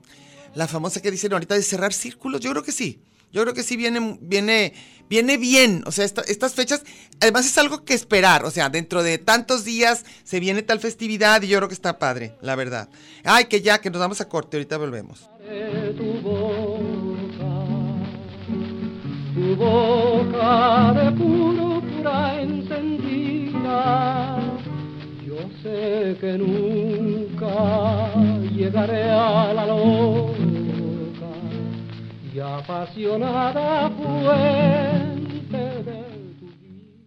Speaker 2: la famosa que dicen ahorita de cerrar círculos. Yo creo que sí. Yo creo que sí viene, viene, viene bien. O sea, esta- estas fechas, además es algo que esperar. O sea, dentro de tantos días se viene tal festividad y yo creo que está padre, la verdad. Ay, que ya, que nos damos a corte, ahorita volvemos.
Speaker 4: de tu boca, tu boca de púrpura encendida. Yo sé que nunca llegaré a la loca y apasionada fuente de tu vida.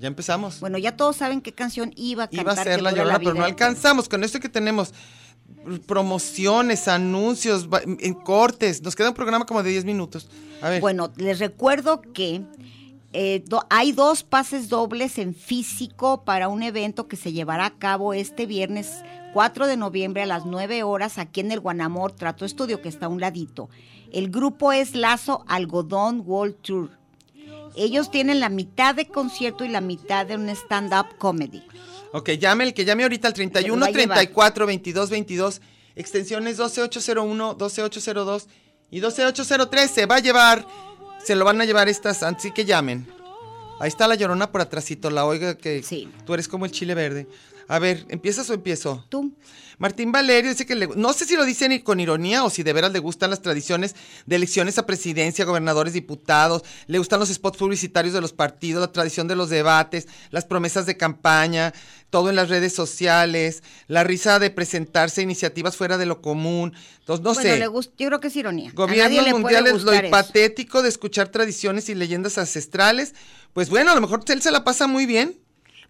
Speaker 2: Ya empezamos.
Speaker 3: Bueno, ya todos saben qué canción iba a cantar.
Speaker 2: Iba a ser
Speaker 3: que
Speaker 2: la
Speaker 3: dura
Speaker 2: llorona, pero
Speaker 3: vida
Speaker 2: no
Speaker 3: eterna.
Speaker 2: alcanzamos. Con esto que tenemos, promociones, anuncios, ba- en cortes. Nos queda un programa como de 10 minutos. A ver.
Speaker 3: Bueno, les recuerdo que eh, do- hay dos pases dobles en físico para un evento que se llevará a cabo este viernes 4 de noviembre a las 9 horas aquí en el Guanamor Trato Estudio, que está a un ladito. El grupo es Lazo Algodón World Tour. Ellos tienen la mitad de concierto y la mitad de un stand-up comedy.
Speaker 2: Ok, llame el que llame ahorita al 31
Speaker 3: va a llevar.
Speaker 2: 34 22 22, extensiones 12801, 12802 y 12803. Se va a llevar se lo van a llevar estas, así que llamen. Ahí está la llorona por atrásito, la oiga que
Speaker 3: Sí.
Speaker 2: tú eres como el chile verde. A ver, ¿empiezas o empiezo?
Speaker 3: Tú.
Speaker 2: Martín Valerio dice que le- no sé si lo dicen ni con ironía o si de veras le gustan las tradiciones de elecciones a presidencia, gobernadores, diputados, le gustan los spots publicitarios de los partidos, la tradición de los debates, las promesas de campaña, todo en las redes sociales, la risa de presentarse a iniciativas fuera de lo común. Entonces, no
Speaker 3: bueno,
Speaker 2: sé.
Speaker 3: le gust- yo creo que es ironía. A nadie
Speaker 2: Gobiernos
Speaker 3: le puede
Speaker 2: mundiales, lo
Speaker 3: gustar eso.
Speaker 2: hipatético de escuchar tradiciones y leyendas ancestrales. Pues bueno, a lo mejor él se la pasa muy bien,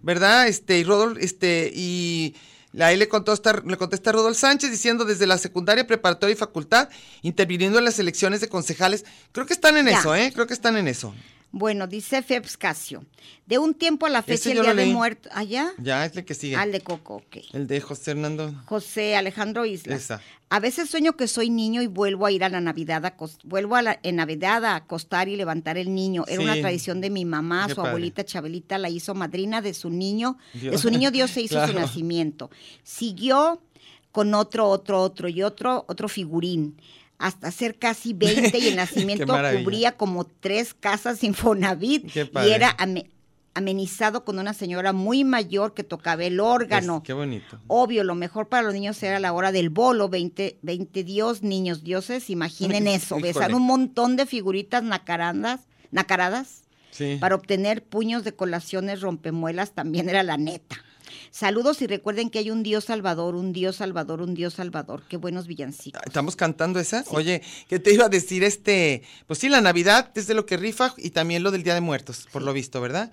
Speaker 2: ¿verdad? Este, y Rodol, este, y ahí le contesta, le contesta Rodolfo Sánchez diciendo desde la secundaria, preparatoria y facultad, interviniendo en las elecciones de concejales. Creo que están en
Speaker 3: Ya.
Speaker 2: eso, ¿eh? Creo que están en eso.
Speaker 3: Bueno, dice Febs Casio. De un tiempo a la
Speaker 2: Ese
Speaker 3: fecha, el
Speaker 2: yo
Speaker 3: día
Speaker 2: lo
Speaker 3: de
Speaker 2: leí.
Speaker 3: muerto. ¿Allá?
Speaker 2: Ya, es el que sigue.
Speaker 3: Al de Coco, ok.
Speaker 2: El de José Hernando.
Speaker 3: José Alejandro Islas.
Speaker 2: Esa.
Speaker 3: A veces sueño que soy niño y vuelvo a ir a la Navidad, a cos- vuelvo a la, en Navidad a acostar y levantar el niño. Era
Speaker 2: Sí.
Speaker 3: una tradición de mi mamá,
Speaker 2: Qué
Speaker 3: su
Speaker 2: padre.
Speaker 3: abuelita Chabelita la hizo madrina de su niño, de
Speaker 2: Dios.
Speaker 3: su niño Dios se hizo su
Speaker 2: Claro.
Speaker 3: nacimiento. Siguió con otro, otro, otro y otro, otro figurín. Hasta ser casi 20
Speaker 2: *laughs*
Speaker 3: y el nacimiento
Speaker 2: maravilla.
Speaker 3: cubría como tres casas Infonavit
Speaker 2: Qué
Speaker 3: y
Speaker 2: padre.
Speaker 3: era ame- amenizado con una señora muy mayor que tocaba el órgano.
Speaker 2: Es- qué bonito.
Speaker 3: Obvio, lo mejor para los niños era la hora del bolo, 20, 20 dios, niños dioses, imaginen eso,
Speaker 2: Híjole.
Speaker 3: besar un montón de figuritas nacarandas, nacaradas
Speaker 2: Sí.
Speaker 3: para obtener puños de colaciones rompemuelas también era la neta. Saludos y recuerden que hay un Dios Salvador, un Dios Salvador, un Dios Salvador. Qué buenos villancicos.
Speaker 2: ¿Estamos cantando esa? Oye, ¿qué te iba a decir este? Pues sí, la Navidad es de lo que rifa y también lo del Día de Muertos, por lo visto, ¿verdad?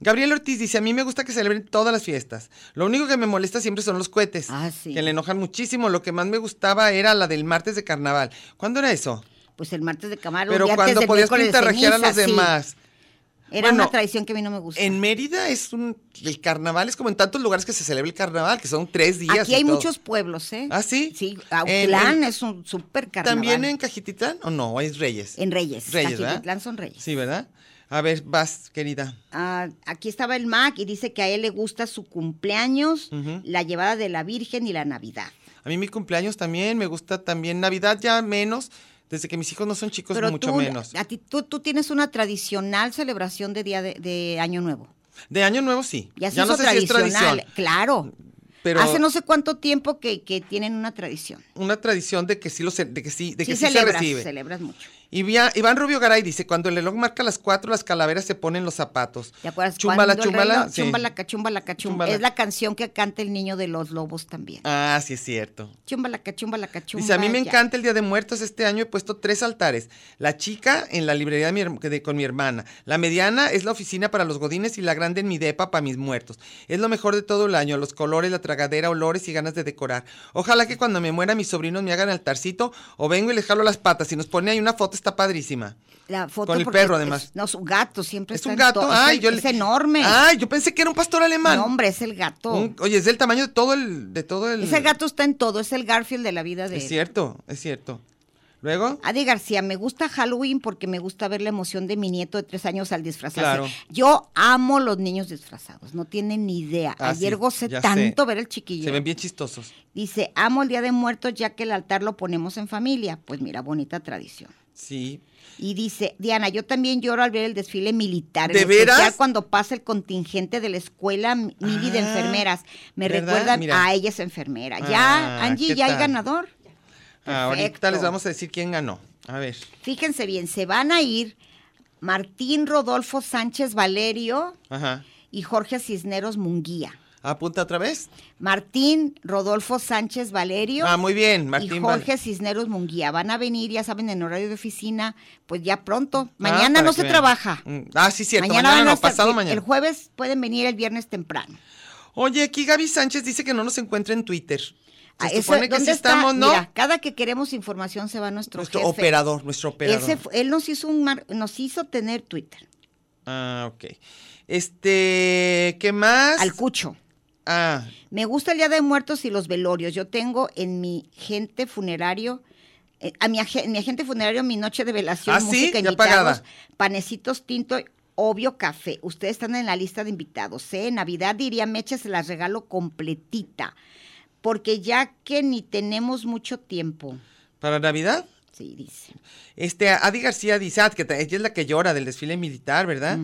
Speaker 2: Gabriel Ortiz dice, a mí me gusta que celebren todas las fiestas. Lo único que me molesta siempre son los cohetes,
Speaker 3: Ah, sí.
Speaker 2: que le enojan muchísimo. Lo que más me gustaba era la del martes de carnaval. ¿Cuándo era eso?
Speaker 3: Pues el martes de Camargo,
Speaker 2: Pero
Speaker 3: y antes
Speaker 2: cuando
Speaker 3: del
Speaker 2: podías
Speaker 3: miércoles de
Speaker 2: pintarrajear a
Speaker 3: ceniza,
Speaker 2: los
Speaker 3: sí.
Speaker 2: demás.
Speaker 3: Era
Speaker 2: Bueno,
Speaker 3: una tradición que a mí no me gusta.
Speaker 2: En Mérida es un... El carnaval es como en tantos lugares que se celebra el carnaval, que son tres días.
Speaker 3: Aquí
Speaker 2: y
Speaker 3: hay
Speaker 2: todo.
Speaker 3: muchos pueblos, ¿eh?
Speaker 2: ¿Ah, sí?
Speaker 3: Sí,
Speaker 2: En-
Speaker 3: Autlán
Speaker 2: en-
Speaker 3: es un súper carnaval.
Speaker 2: ¿También en Cajititlán o no? Es Reyes.
Speaker 3: En Reyes.
Speaker 2: Reyes, ¿verdad?
Speaker 3: Cajititlán son Reyes.
Speaker 2: Sí, ¿verdad? A ver, vas, querida.
Speaker 3: Ah, aquí estaba el Mac y dice que a él le gusta su cumpleaños,
Speaker 2: Ujú.
Speaker 3: la llevada de la Virgen y la Navidad.
Speaker 2: A mí mi cumpleaños también, me gusta también Navidad ya menos, desde que mis hijos no son chicos
Speaker 3: Pero
Speaker 2: mucho
Speaker 3: tú,
Speaker 2: menos.
Speaker 3: A ti, tú, tú tienes una tradicional celebración de día de, de Año Nuevo.
Speaker 2: De año nuevo sí.
Speaker 3: Ya, se
Speaker 2: Ya
Speaker 3: hizo
Speaker 2: no sé si es
Speaker 3: tradicional,
Speaker 2: tradición,
Speaker 3: claro.
Speaker 2: pero
Speaker 3: Hace no sé cuánto tiempo que, que tienen una tradición.
Speaker 2: una tradición de que sí lo ce- de que sí, de que
Speaker 3: sí,
Speaker 2: sí
Speaker 3: celebras,
Speaker 2: se recibe.
Speaker 3: celebras mucho.
Speaker 2: Y via- Iván Rubio Garay dice, cuando el reloj marca las cuatro, las calaveras se ponen los zapatos.
Speaker 3: ¿Te acuerdas?
Speaker 2: Chumbala,
Speaker 3: Cuando el
Speaker 2: chumbala.
Speaker 3: reloj-
Speaker 2: sí.
Speaker 3: Chumbalaca, chumbalaca, chum-
Speaker 2: Chumbala.
Speaker 3: Es la canción que canta el niño de los lobos también.
Speaker 2: Ah, sí es cierto.
Speaker 3: Chumbalaca, chumbalaca, chumbala.
Speaker 2: Dice, a mí me
Speaker 3: ya".
Speaker 2: encanta el Día de Muertos. Este año he puesto tres altares. La chica en la librería de mi herm- de- con mi hermana. La mediana es la oficina para los godines y la grande en mi depa para mis muertos. Es lo mejor de todo el año. Los colores, la tragadera, olores y ganas de decorar. Ojalá que cuando me muera mis sobrinos me hagan altarcito o vengo y les jalo las patas. Si nos pone ahí una foto está padrísima.
Speaker 3: La foto
Speaker 2: Con el
Speaker 3: porque
Speaker 2: perro,
Speaker 3: es-
Speaker 2: además.
Speaker 3: no, su gato siempre
Speaker 2: Es
Speaker 3: está
Speaker 2: un
Speaker 3: Pues en
Speaker 2: gato.
Speaker 3: to- es
Speaker 2: Ay,
Speaker 3: el-
Speaker 2: yo le-
Speaker 3: es enorme.
Speaker 2: Ay, yo pensé que era un pastor alemán.
Speaker 3: No, hombre, es el gato.
Speaker 2: Un- oye, es del tamaño de todo el... De todo el
Speaker 3: Ese gato está en todo, es el Garfield de la vida de
Speaker 2: Es cierto, es cierto. Luego...
Speaker 3: Adi García, me gusta Halloween porque me gusta ver la emoción de mi nieto de tres años al disfrazarse.
Speaker 2: Claro.
Speaker 3: Yo amo los niños disfrazados, no tienen ni idea.
Speaker 2: Ah,
Speaker 3: Ayer
Speaker 2: sí,
Speaker 3: gocé
Speaker 2: ya sé.
Speaker 3: tanto ver el chiquillo.
Speaker 2: Se ven bien chistosos.
Speaker 3: Dice, amo el Día de Muertos ya que el altar lo ponemos en familia. Pues mira, bonita tradición.
Speaker 2: Sí,
Speaker 3: Y dice, Diana, yo también lloro al ver el desfile militar. en
Speaker 2: ¿De
Speaker 3: especial
Speaker 2: veras?
Speaker 3: cuando pasa el contingente de la escuela mini de
Speaker 2: Ah,
Speaker 3: enfermeras. Me
Speaker 2: ¿verdad?
Speaker 3: recuerdan
Speaker 2: Mira.
Speaker 3: a ella es enfermera.
Speaker 2: Ah,
Speaker 3: ya, Angie,
Speaker 2: ¿qué
Speaker 3: ya hay
Speaker 2: tal? Ah,
Speaker 3: ganador.
Speaker 2: Ahorita
Speaker 3: Perfecto.
Speaker 2: les vamos a decir quién ganó. A ver.
Speaker 3: Fíjense bien, se van a ir Martín Rodolfo Sánchez Valerio
Speaker 2: Ajá.
Speaker 3: y Jorge Cisneros Munguía.
Speaker 2: Apunta otra vez.
Speaker 3: Martín Rodolfo Sánchez Valerio.
Speaker 2: Ah, muy bien, Martín. Ah,
Speaker 3: y
Speaker 2: Val-
Speaker 3: Jorge Cisneros Munguía van a venir, ya saben, en horario de oficina, pues ya pronto.
Speaker 2: Ah,
Speaker 3: Mañana
Speaker 2: para
Speaker 3: no
Speaker 2: que
Speaker 3: se
Speaker 2: vean.
Speaker 3: trabaja.
Speaker 2: Mm, Ah, sí, cierto.
Speaker 3: mañana
Speaker 2: Mañana,
Speaker 3: van a
Speaker 2: no,
Speaker 3: estar-
Speaker 2: pasado
Speaker 3: el- El
Speaker 2: mañana.
Speaker 3: jueves pueden venir el viernes temprano.
Speaker 2: Oye, aquí Gaby Sánchez dice que no nos encuentra en Twitter. Se
Speaker 3: Ah, eso-
Speaker 2: supone que
Speaker 3: ¿dónde
Speaker 2: sí
Speaker 3: está?
Speaker 2: estamos, ¿no?
Speaker 3: Mira, cada que queremos información se va nuestro,
Speaker 2: nuestro
Speaker 3: jefe.
Speaker 2: operador, nuestro
Speaker 3: Él,
Speaker 2: operador.
Speaker 3: se fu- él nos hizo un mar- nos hizo tener Twitter
Speaker 2: Ah, ok. Este, ¿qué más?
Speaker 3: al cucho.
Speaker 2: Ah,
Speaker 3: Me gusta el Día de Muertos y los velorios. Yo tengo en mi gente funerario, eh, a mi, aje- en mi agente funerario, mi noche de velación,
Speaker 2: ¿Ah, sí?
Speaker 3: música,
Speaker 2: Ya
Speaker 3: invitados,
Speaker 2: pagada.
Speaker 3: panecitos tinto, obvio café. Ustedes están en la lista de invitados. ¿eh? Navidad diría Meche, se las regalo completita. Porque ya que ni tenemos mucho tiempo.
Speaker 2: ¿para Navidad?
Speaker 3: Sí, dice.
Speaker 2: Este, Adi García dice, ah, que te- ella es la que llora del desfile militar, ¿verdad?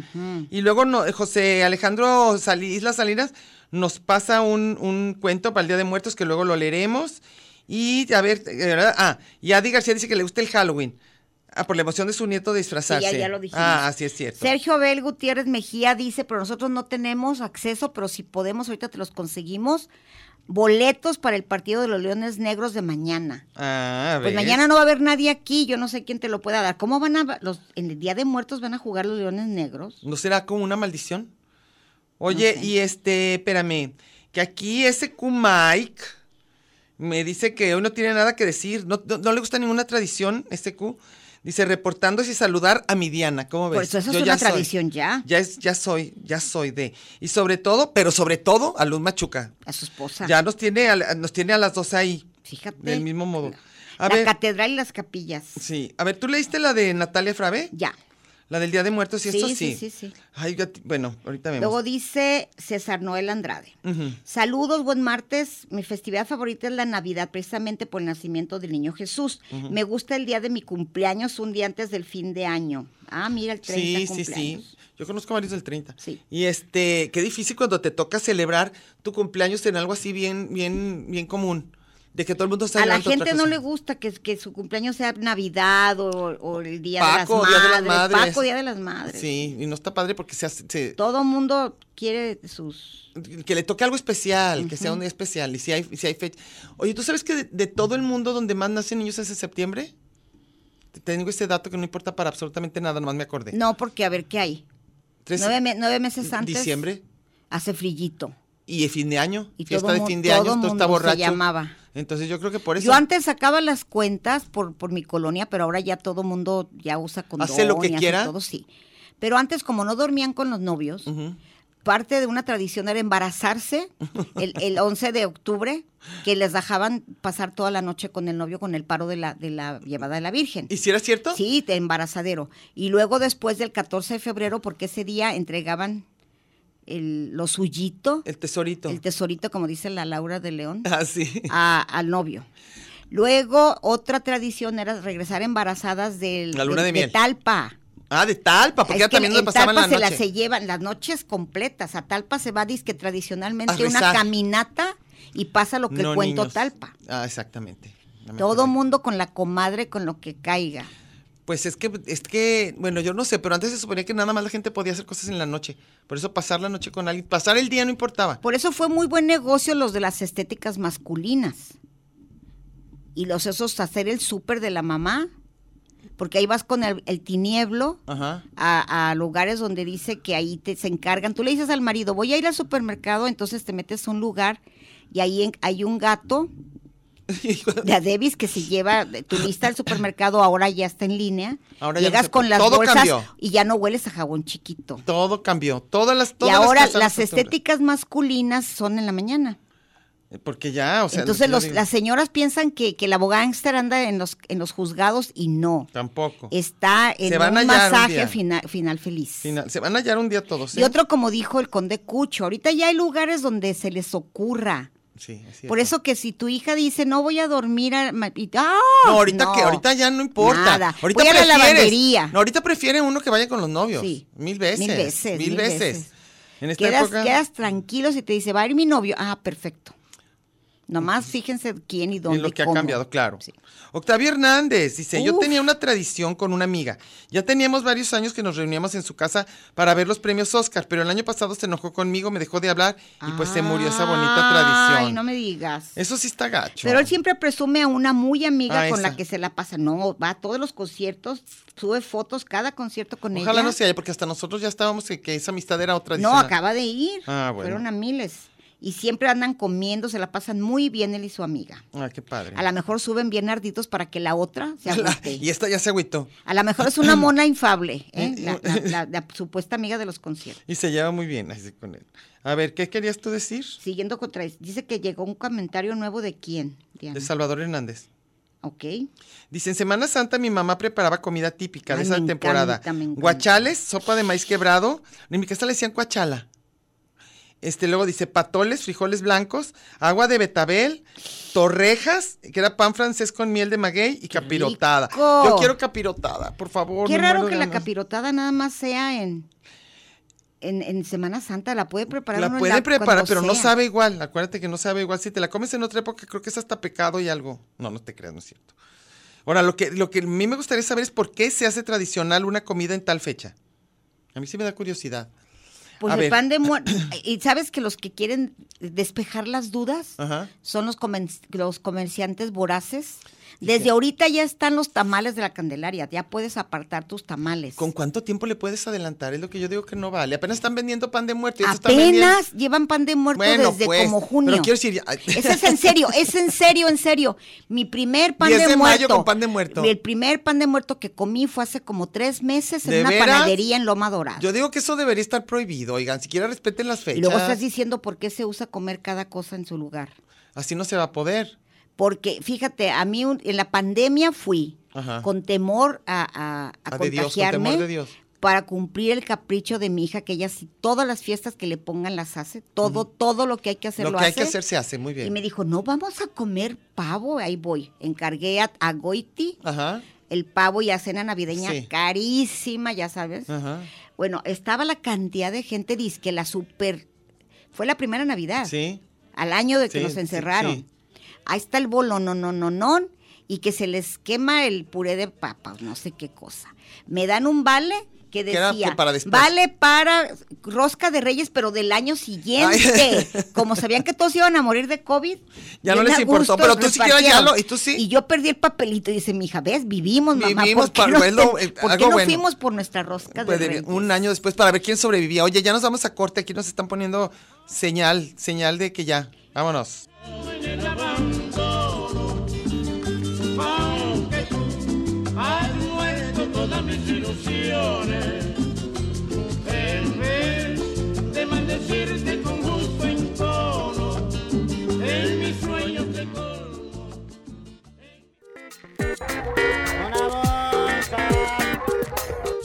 Speaker 2: Y luego no, José Alejandro Sali- Islas Salinas nos pasa un, un cuento para el Día de Muertos que luego lo leeremos. Y a ver, eh, ¿verdad? Ah, y Adi García dice que le gusta el Halloween. Ah, por la emoción de su nieto disfrazarse.
Speaker 3: ya lo dijimos.
Speaker 2: Ah, así es cierto.
Speaker 3: Sergio Abel Gutiérrez Mejía dice, pero nosotros no tenemos acceso, pero si podemos, ahorita te los conseguimos. Boletos para el partido de los Leones Negros de mañana.
Speaker 2: Ah,
Speaker 3: Pues
Speaker 2: ¿ves?
Speaker 3: mañana no va a haber nadie aquí, yo no sé quién te lo pueda dar. ¿Cómo van a los en el Día de Muertos van a jugar los Leones Negros?
Speaker 2: ¿No será como una maldición? Oye, y este, espérame, que aquí ese Q Mike me dice que hoy no tiene nada que decir, no, no- no le gusta ninguna tradición, este Q. Dice, reportándose y saludar a mi Diana, ¿cómo ves?
Speaker 3: Por Pues eso, eso
Speaker 2: pues, Yo
Speaker 3: es una
Speaker 2: soy.
Speaker 3: tradición ya.
Speaker 2: Ya, es, ya soy, ya soy de. Y sobre todo, pero sobre todo, a Luz Machuca.
Speaker 3: A su esposa.
Speaker 2: Ya nos tiene, a, la- nos tiene a las dos ahí,
Speaker 3: Fíjate.
Speaker 2: del mismo modo. A
Speaker 3: La
Speaker 2: ver,
Speaker 3: catedral y las capillas.
Speaker 2: sí. A ver, ¿tú leíste la de Natalia Fravé?
Speaker 3: Ya.
Speaker 2: La del Día de Muertos y
Speaker 3: Sí,
Speaker 2: esto
Speaker 3: sí,
Speaker 2: sí.
Speaker 3: sí, sí.
Speaker 2: Ay, ya te- bueno, ahorita vemos.
Speaker 3: Luego dice César Noel Andrade.
Speaker 2: Ujú.
Speaker 3: Saludos, buen martes. Mi festividad favorita es la Navidad, precisamente por el nacimiento del niño Jesús. Me gusta el día de mi cumpleaños, un día antes del fin de año. Ah, mira, el 30
Speaker 2: Sí, sí,
Speaker 3: cumpleaños.
Speaker 2: sí. Yo conozco a varios del 30.
Speaker 3: Sí.
Speaker 2: Y este, qué difícil cuando te toca celebrar tu cumpleaños en algo así bien, bien, bien común. De que todo el mundo está
Speaker 3: A la
Speaker 2: celebrando otra
Speaker 3: gente no
Speaker 2: cosa.
Speaker 3: le gusta que, que su cumpleaños sea Navidad o, o el día,
Speaker 2: Paco,
Speaker 3: de las
Speaker 2: Día de las
Speaker 3: Madres.
Speaker 2: Madres.
Speaker 3: Paco, Día de las Madres.
Speaker 2: Sí, y no está padre porque se hace- se-
Speaker 3: Todo mundo quiere sus...
Speaker 2: que le toque algo especial, que sea un día especial. Y si hay, si hay fecha. Oye, ¿tú sabes que de, de todo el mundo donde más nacen niños es en septiembre? Te- Tengo este dato que no importa para absolutamente nada, nomás me acordé.
Speaker 3: No, porque a ver, ¿qué hay?
Speaker 2: Tres-
Speaker 3: nueve, me- nueve meses antes.
Speaker 2: Diciembre
Speaker 3: Hace frillito.
Speaker 2: y el fin de año.
Speaker 3: Y
Speaker 2: fiesta
Speaker 3: todo
Speaker 2: de
Speaker 3: mu-
Speaker 2: fin de
Speaker 3: todo
Speaker 2: año, todo está
Speaker 3: mundo se
Speaker 2: borracho.
Speaker 3: llamaba.
Speaker 2: Entonces yo creo que por eso.
Speaker 3: Yo antes sacaba las cuentas por, por mi colonia, pero ahora ya todo mundo ya usa condón.
Speaker 2: ¿Hace lo que
Speaker 3: y
Speaker 2: quiera?
Speaker 3: Todo, sí. Pero antes, como no dormían con los novios,
Speaker 2: Ujú.
Speaker 3: parte de una tradición era
Speaker 2: *laughs*
Speaker 3: embarazarse el, el 11 de octubre, que les dejaban pasar toda la noche con el novio con el paro de la, de la llevada de la Virgen.
Speaker 2: ¿Y si era cierto?
Speaker 3: Sí, de embarazadero. Y luego después del 14 de febrero, porque ese día entregaban el, lo suyito,
Speaker 2: El tesorito.
Speaker 3: el tesorito, como dice la Laura de León
Speaker 2: *laughs* Ah, sí.
Speaker 3: *laughs* a- al novio. Luego, otra tradición era regresar embarazadas del,
Speaker 2: La luna de miel.
Speaker 3: Talpa.
Speaker 2: Ah, de Talpa, porque
Speaker 3: Es
Speaker 2: ya
Speaker 3: que
Speaker 2: también le
Speaker 3: en
Speaker 2: pasaban
Speaker 3: Talpa
Speaker 2: la
Speaker 3: se
Speaker 2: noche.
Speaker 3: las se llevan las noches completas. A Talpa se va, dice que
Speaker 2: A
Speaker 3: tradicionalmente una
Speaker 2: rezar.
Speaker 3: caminata y pasa lo que
Speaker 2: No,
Speaker 3: el cuento
Speaker 2: niños.
Speaker 3: Talpa.
Speaker 2: Ah, exactamente. Ya me
Speaker 3: Todo
Speaker 2: acordé.
Speaker 3: mundo con la comadre, con lo que caiga.
Speaker 2: Pues es que, es que, bueno, yo no sé, pero antes se suponía que nada más la gente podía hacer cosas en la noche. Por eso pasar la noche con alguien, pasar el día no importaba.
Speaker 3: Por eso fue muy buen negocio los de las estéticas masculinas. Y los esos hacer el súper de la mamá. Porque ahí vas con el, el tinieblo.
Speaker 2: Ajá.
Speaker 3: a, a lugares donde dice que ahí te se encargan. Tú le dices al marido, voy a ir al supermercado, entonces te metes a un lugar y ahí en- hay un gato de a Davis que se lleva de tu lista al supermercado, ahora ya está en línea.
Speaker 2: Ahora ya no
Speaker 3: Llegas
Speaker 2: se
Speaker 3: con
Speaker 2: puede.
Speaker 3: las
Speaker 2: Todo
Speaker 3: bolsas
Speaker 2: cambió.
Speaker 3: y ya no hueles a jabón chiquito.
Speaker 2: Todo cambió. Todas las
Speaker 3: Y
Speaker 2: todas
Speaker 3: ahora
Speaker 2: cosas,
Speaker 3: las
Speaker 2: costumbres.
Speaker 3: estéticas masculinas son en la mañana.
Speaker 2: eh, Porque ya, o sea.
Speaker 3: Entonces
Speaker 2: yo
Speaker 3: los-
Speaker 2: digo,
Speaker 3: las señoras piensan que, que el abogado gangster anda en los, en los juzgados y no.
Speaker 2: Tampoco.
Speaker 3: Está en
Speaker 2: Se van a
Speaker 3: un
Speaker 2: hallar un
Speaker 3: masaje
Speaker 2: día.
Speaker 3: final, final feliz.
Speaker 2: Final- se van a hallar un día todos. ¿eh?
Speaker 3: Y otro, como dijo el conde Cucho, ahorita ya hay lugares donde se les ocurra.
Speaker 2: Sí, así es.
Speaker 3: Por eso que si tu hija dice, no voy a dormir, a ma- y- ¡Ah!
Speaker 2: No, ahorita que ahorita ya no importa.
Speaker 3: Nada.
Speaker 2: Ahorita
Speaker 3: voy a la
Speaker 2: prefieres-
Speaker 3: lavandería.
Speaker 2: No, ahorita prefiere uno que vaya con los novios.
Speaker 3: Sí.
Speaker 2: Mil veces.
Speaker 3: Mil veces,
Speaker 2: Mil
Speaker 3: mil
Speaker 2: veces.
Speaker 3: veces.
Speaker 2: En esta
Speaker 3: quedas,
Speaker 2: época.
Speaker 3: quedas tranquilo si te dice, va a ir mi novio. Ah, perfecto. Nomás fíjense quién y dónde.
Speaker 2: en lo que
Speaker 3: cómo.
Speaker 2: ha cambiado, claro.
Speaker 3: Sí.
Speaker 2: Octavio Hernández dice, yo
Speaker 3: Uf.
Speaker 2: tenía una tradición con una amiga. Ya teníamos varios años que nos reuníamos en su casa para ver los premios Oscar, pero el año pasado se enojó conmigo, me dejó de hablar y pues se murió esa bonita tradición.
Speaker 3: Ay, no me digas.
Speaker 2: Eso sí está gacho.
Speaker 3: Pero él siempre presume a una muy amiga
Speaker 2: Ah,
Speaker 3: con la
Speaker 2: esa.
Speaker 3: que se la pasa. No, va a todos los conciertos, sube fotos cada concierto con ella.
Speaker 2: Ojalá no sea ella, porque hasta nosotros ya estábamos que, que esa amistad era otra.
Speaker 3: No, acaba de ir.
Speaker 2: Ah, bueno.
Speaker 3: Fueron a miles. Y siempre andan comiendo, se la pasan muy bien él y su amiga.
Speaker 2: Ah, qué padre.
Speaker 3: A lo mejor suben bien arditos para que la otra
Speaker 2: *laughs*
Speaker 3: se agüite.
Speaker 2: y esta ya se agüitó.
Speaker 3: A lo mejor es
Speaker 2: *laughs*
Speaker 3: una mona infable, ¿eh? la, la- la- la supuesta amiga de los conciertos.
Speaker 2: Y se lleva muy bien así con él. A ver, ¿qué querías tú decir?
Speaker 3: Siguiendo con tra- dice que llegó un comentario nuevo de quién, Diana.
Speaker 2: De Salvador Hernández.
Speaker 3: Ok.
Speaker 2: Dice, en Semana Santa mi mamá preparaba comida típica de
Speaker 3: Ay,
Speaker 2: esa
Speaker 3: me
Speaker 2: temporada.
Speaker 3: encanta, me encanta.
Speaker 2: Guachales, sopa de maíz quebrado. En mi casa le decían guachala. Este, luego dice patoles, frijoles blancos, agua de betabel, torrejas, que era pan francés con miel de maguey y capirotada.
Speaker 3: rico!
Speaker 2: Yo quiero capirotada, por favor.
Speaker 3: Qué
Speaker 2: me
Speaker 3: raro
Speaker 2: muero
Speaker 3: que
Speaker 2: de
Speaker 3: la
Speaker 2: ganas.
Speaker 3: capirotada nada más sea en, en, en Semana Santa. La puede preparar uno
Speaker 2: La
Speaker 3: en
Speaker 2: puede preparar,
Speaker 3: cuando
Speaker 2: pero no
Speaker 3: sea.
Speaker 2: sabe igual. Acuérdate que no sabe igual. Si te la comes en otra época, creo que es hasta pecado y algo. No, no te creas, no es cierto. Ahora, lo que, lo que a mí me gustaría saber es por qué se hace tradicional una comida en tal fecha. A mí sí me da curiosidad.
Speaker 3: Pues
Speaker 2: A
Speaker 3: el
Speaker 2: ver.
Speaker 3: pan de
Speaker 2: *clears throat*
Speaker 3: muerto. Y sabes que los que quieren despejar las dudas
Speaker 2: Ajá.
Speaker 3: son los, comen- los comerciantes voraces. Desde ahorita ya están los tamales de la Candelaria. Ya puedes apartar tus tamales.
Speaker 2: ¿Con cuánto tiempo le puedes adelantar? Es lo que yo digo que no vale. Apenas están vendiendo pan de muerto. y estos están vendiendo-
Speaker 3: Apenas llevan pan de muerto
Speaker 2: Bueno,
Speaker 3: desde
Speaker 2: pues,
Speaker 3: como junio.
Speaker 2: pero quiero decir, ya-
Speaker 3: Ese es en serio, es en serio, en serio. Mi primer pan
Speaker 2: 10
Speaker 3: de,
Speaker 2: de mayo
Speaker 3: muerto.
Speaker 2: con pan de muerto.
Speaker 3: El primer pan de muerto que comí fue hace como tres meses en
Speaker 2: ¿De
Speaker 3: una
Speaker 2: veras?
Speaker 3: panadería en Loma Dorada.
Speaker 2: *laughs* Yo digo que eso debería estar prohibido. Oigan, siquiera respeten las fechas.
Speaker 3: y luego estás diciendo por qué se usa comer cada cosa en su lugar.
Speaker 2: Así no se va a poder.
Speaker 3: Porque, fíjate, a mí un- en la pandemia fui
Speaker 2: Ajá.
Speaker 3: con temor a, a- a
Speaker 2: Ah, de Dios, con
Speaker 3: contagiarme
Speaker 2: temor de Dios.
Speaker 3: para cumplir el capricho de mi hija, que ella sí, todas las fiestas que le pongan las hace, todo, todo lo que hay que hacer
Speaker 2: lo
Speaker 3: lo
Speaker 2: que hay
Speaker 3: hace.
Speaker 2: que hacer se hace, muy bien.
Speaker 3: Y me dijo, no, vamos a comer pavo. Ahí voy. Encargué a, a Goiti
Speaker 2: Ajá,
Speaker 3: el pavo y a cena navideña
Speaker 2: Ah. Sí. Ah.
Speaker 3: carísima, ya sabes.
Speaker 2: ajá.
Speaker 3: Bueno, estaba la cantidad de gente, dice que la super... Fue la primera Navidad.
Speaker 2: Sí.
Speaker 3: Al año de que
Speaker 2: Sí,
Speaker 3: nos
Speaker 2: sí,
Speaker 3: encerraron.
Speaker 2: sí.
Speaker 3: Ahí está el bolo, no, no, no, no. Y que se les quema el puré de papas, no sé qué cosa. Me dan un vale que
Speaker 2: Que era
Speaker 3: decía,
Speaker 2: para después.
Speaker 3: vale para rosca de reyes, pero del año siguiente.
Speaker 2: *laughs*
Speaker 3: Como sabían que todos iban a morir de COVID.
Speaker 2: Ya no
Speaker 3: bien
Speaker 2: les
Speaker 3: a
Speaker 2: importó,
Speaker 3: gusto
Speaker 2: pero tú sí quieres
Speaker 3: repartieron.
Speaker 2: ya lo- y tú sí.
Speaker 3: Y yo perdí el papelito y dice, mija, ves, vivimos, mamá.
Speaker 2: Vivimos
Speaker 3: ¿Por qué
Speaker 2: para-
Speaker 3: no,
Speaker 2: es lo-
Speaker 3: te-
Speaker 2: eh,
Speaker 3: por qué
Speaker 2: algo
Speaker 3: no
Speaker 2: bueno.
Speaker 3: fuimos por nuestra rosca de
Speaker 2: Puede-
Speaker 3: reyes?
Speaker 2: un año después para ver quién sobrevivía. Oye, ya nos vamos a corte, aquí nos están poniendo señal, señal de que ya. Vámonos.
Speaker 5: en el abandono, aunque tú has muerto todas mis ilusiones, en vez de maldecirte con justo encono, en mis sueños te colmo.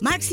Speaker 1: Marx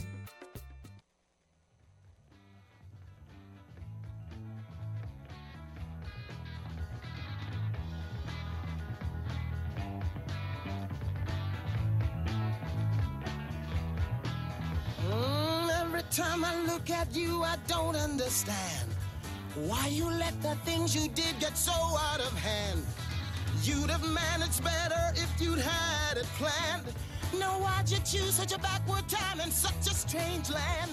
Speaker 6: Mm, every time I look at you, I don't understand why you let the things you did get so out of hand. You'd have managed better if you'd had it planned. Now, why'd you choose such a backward time and such a strange land?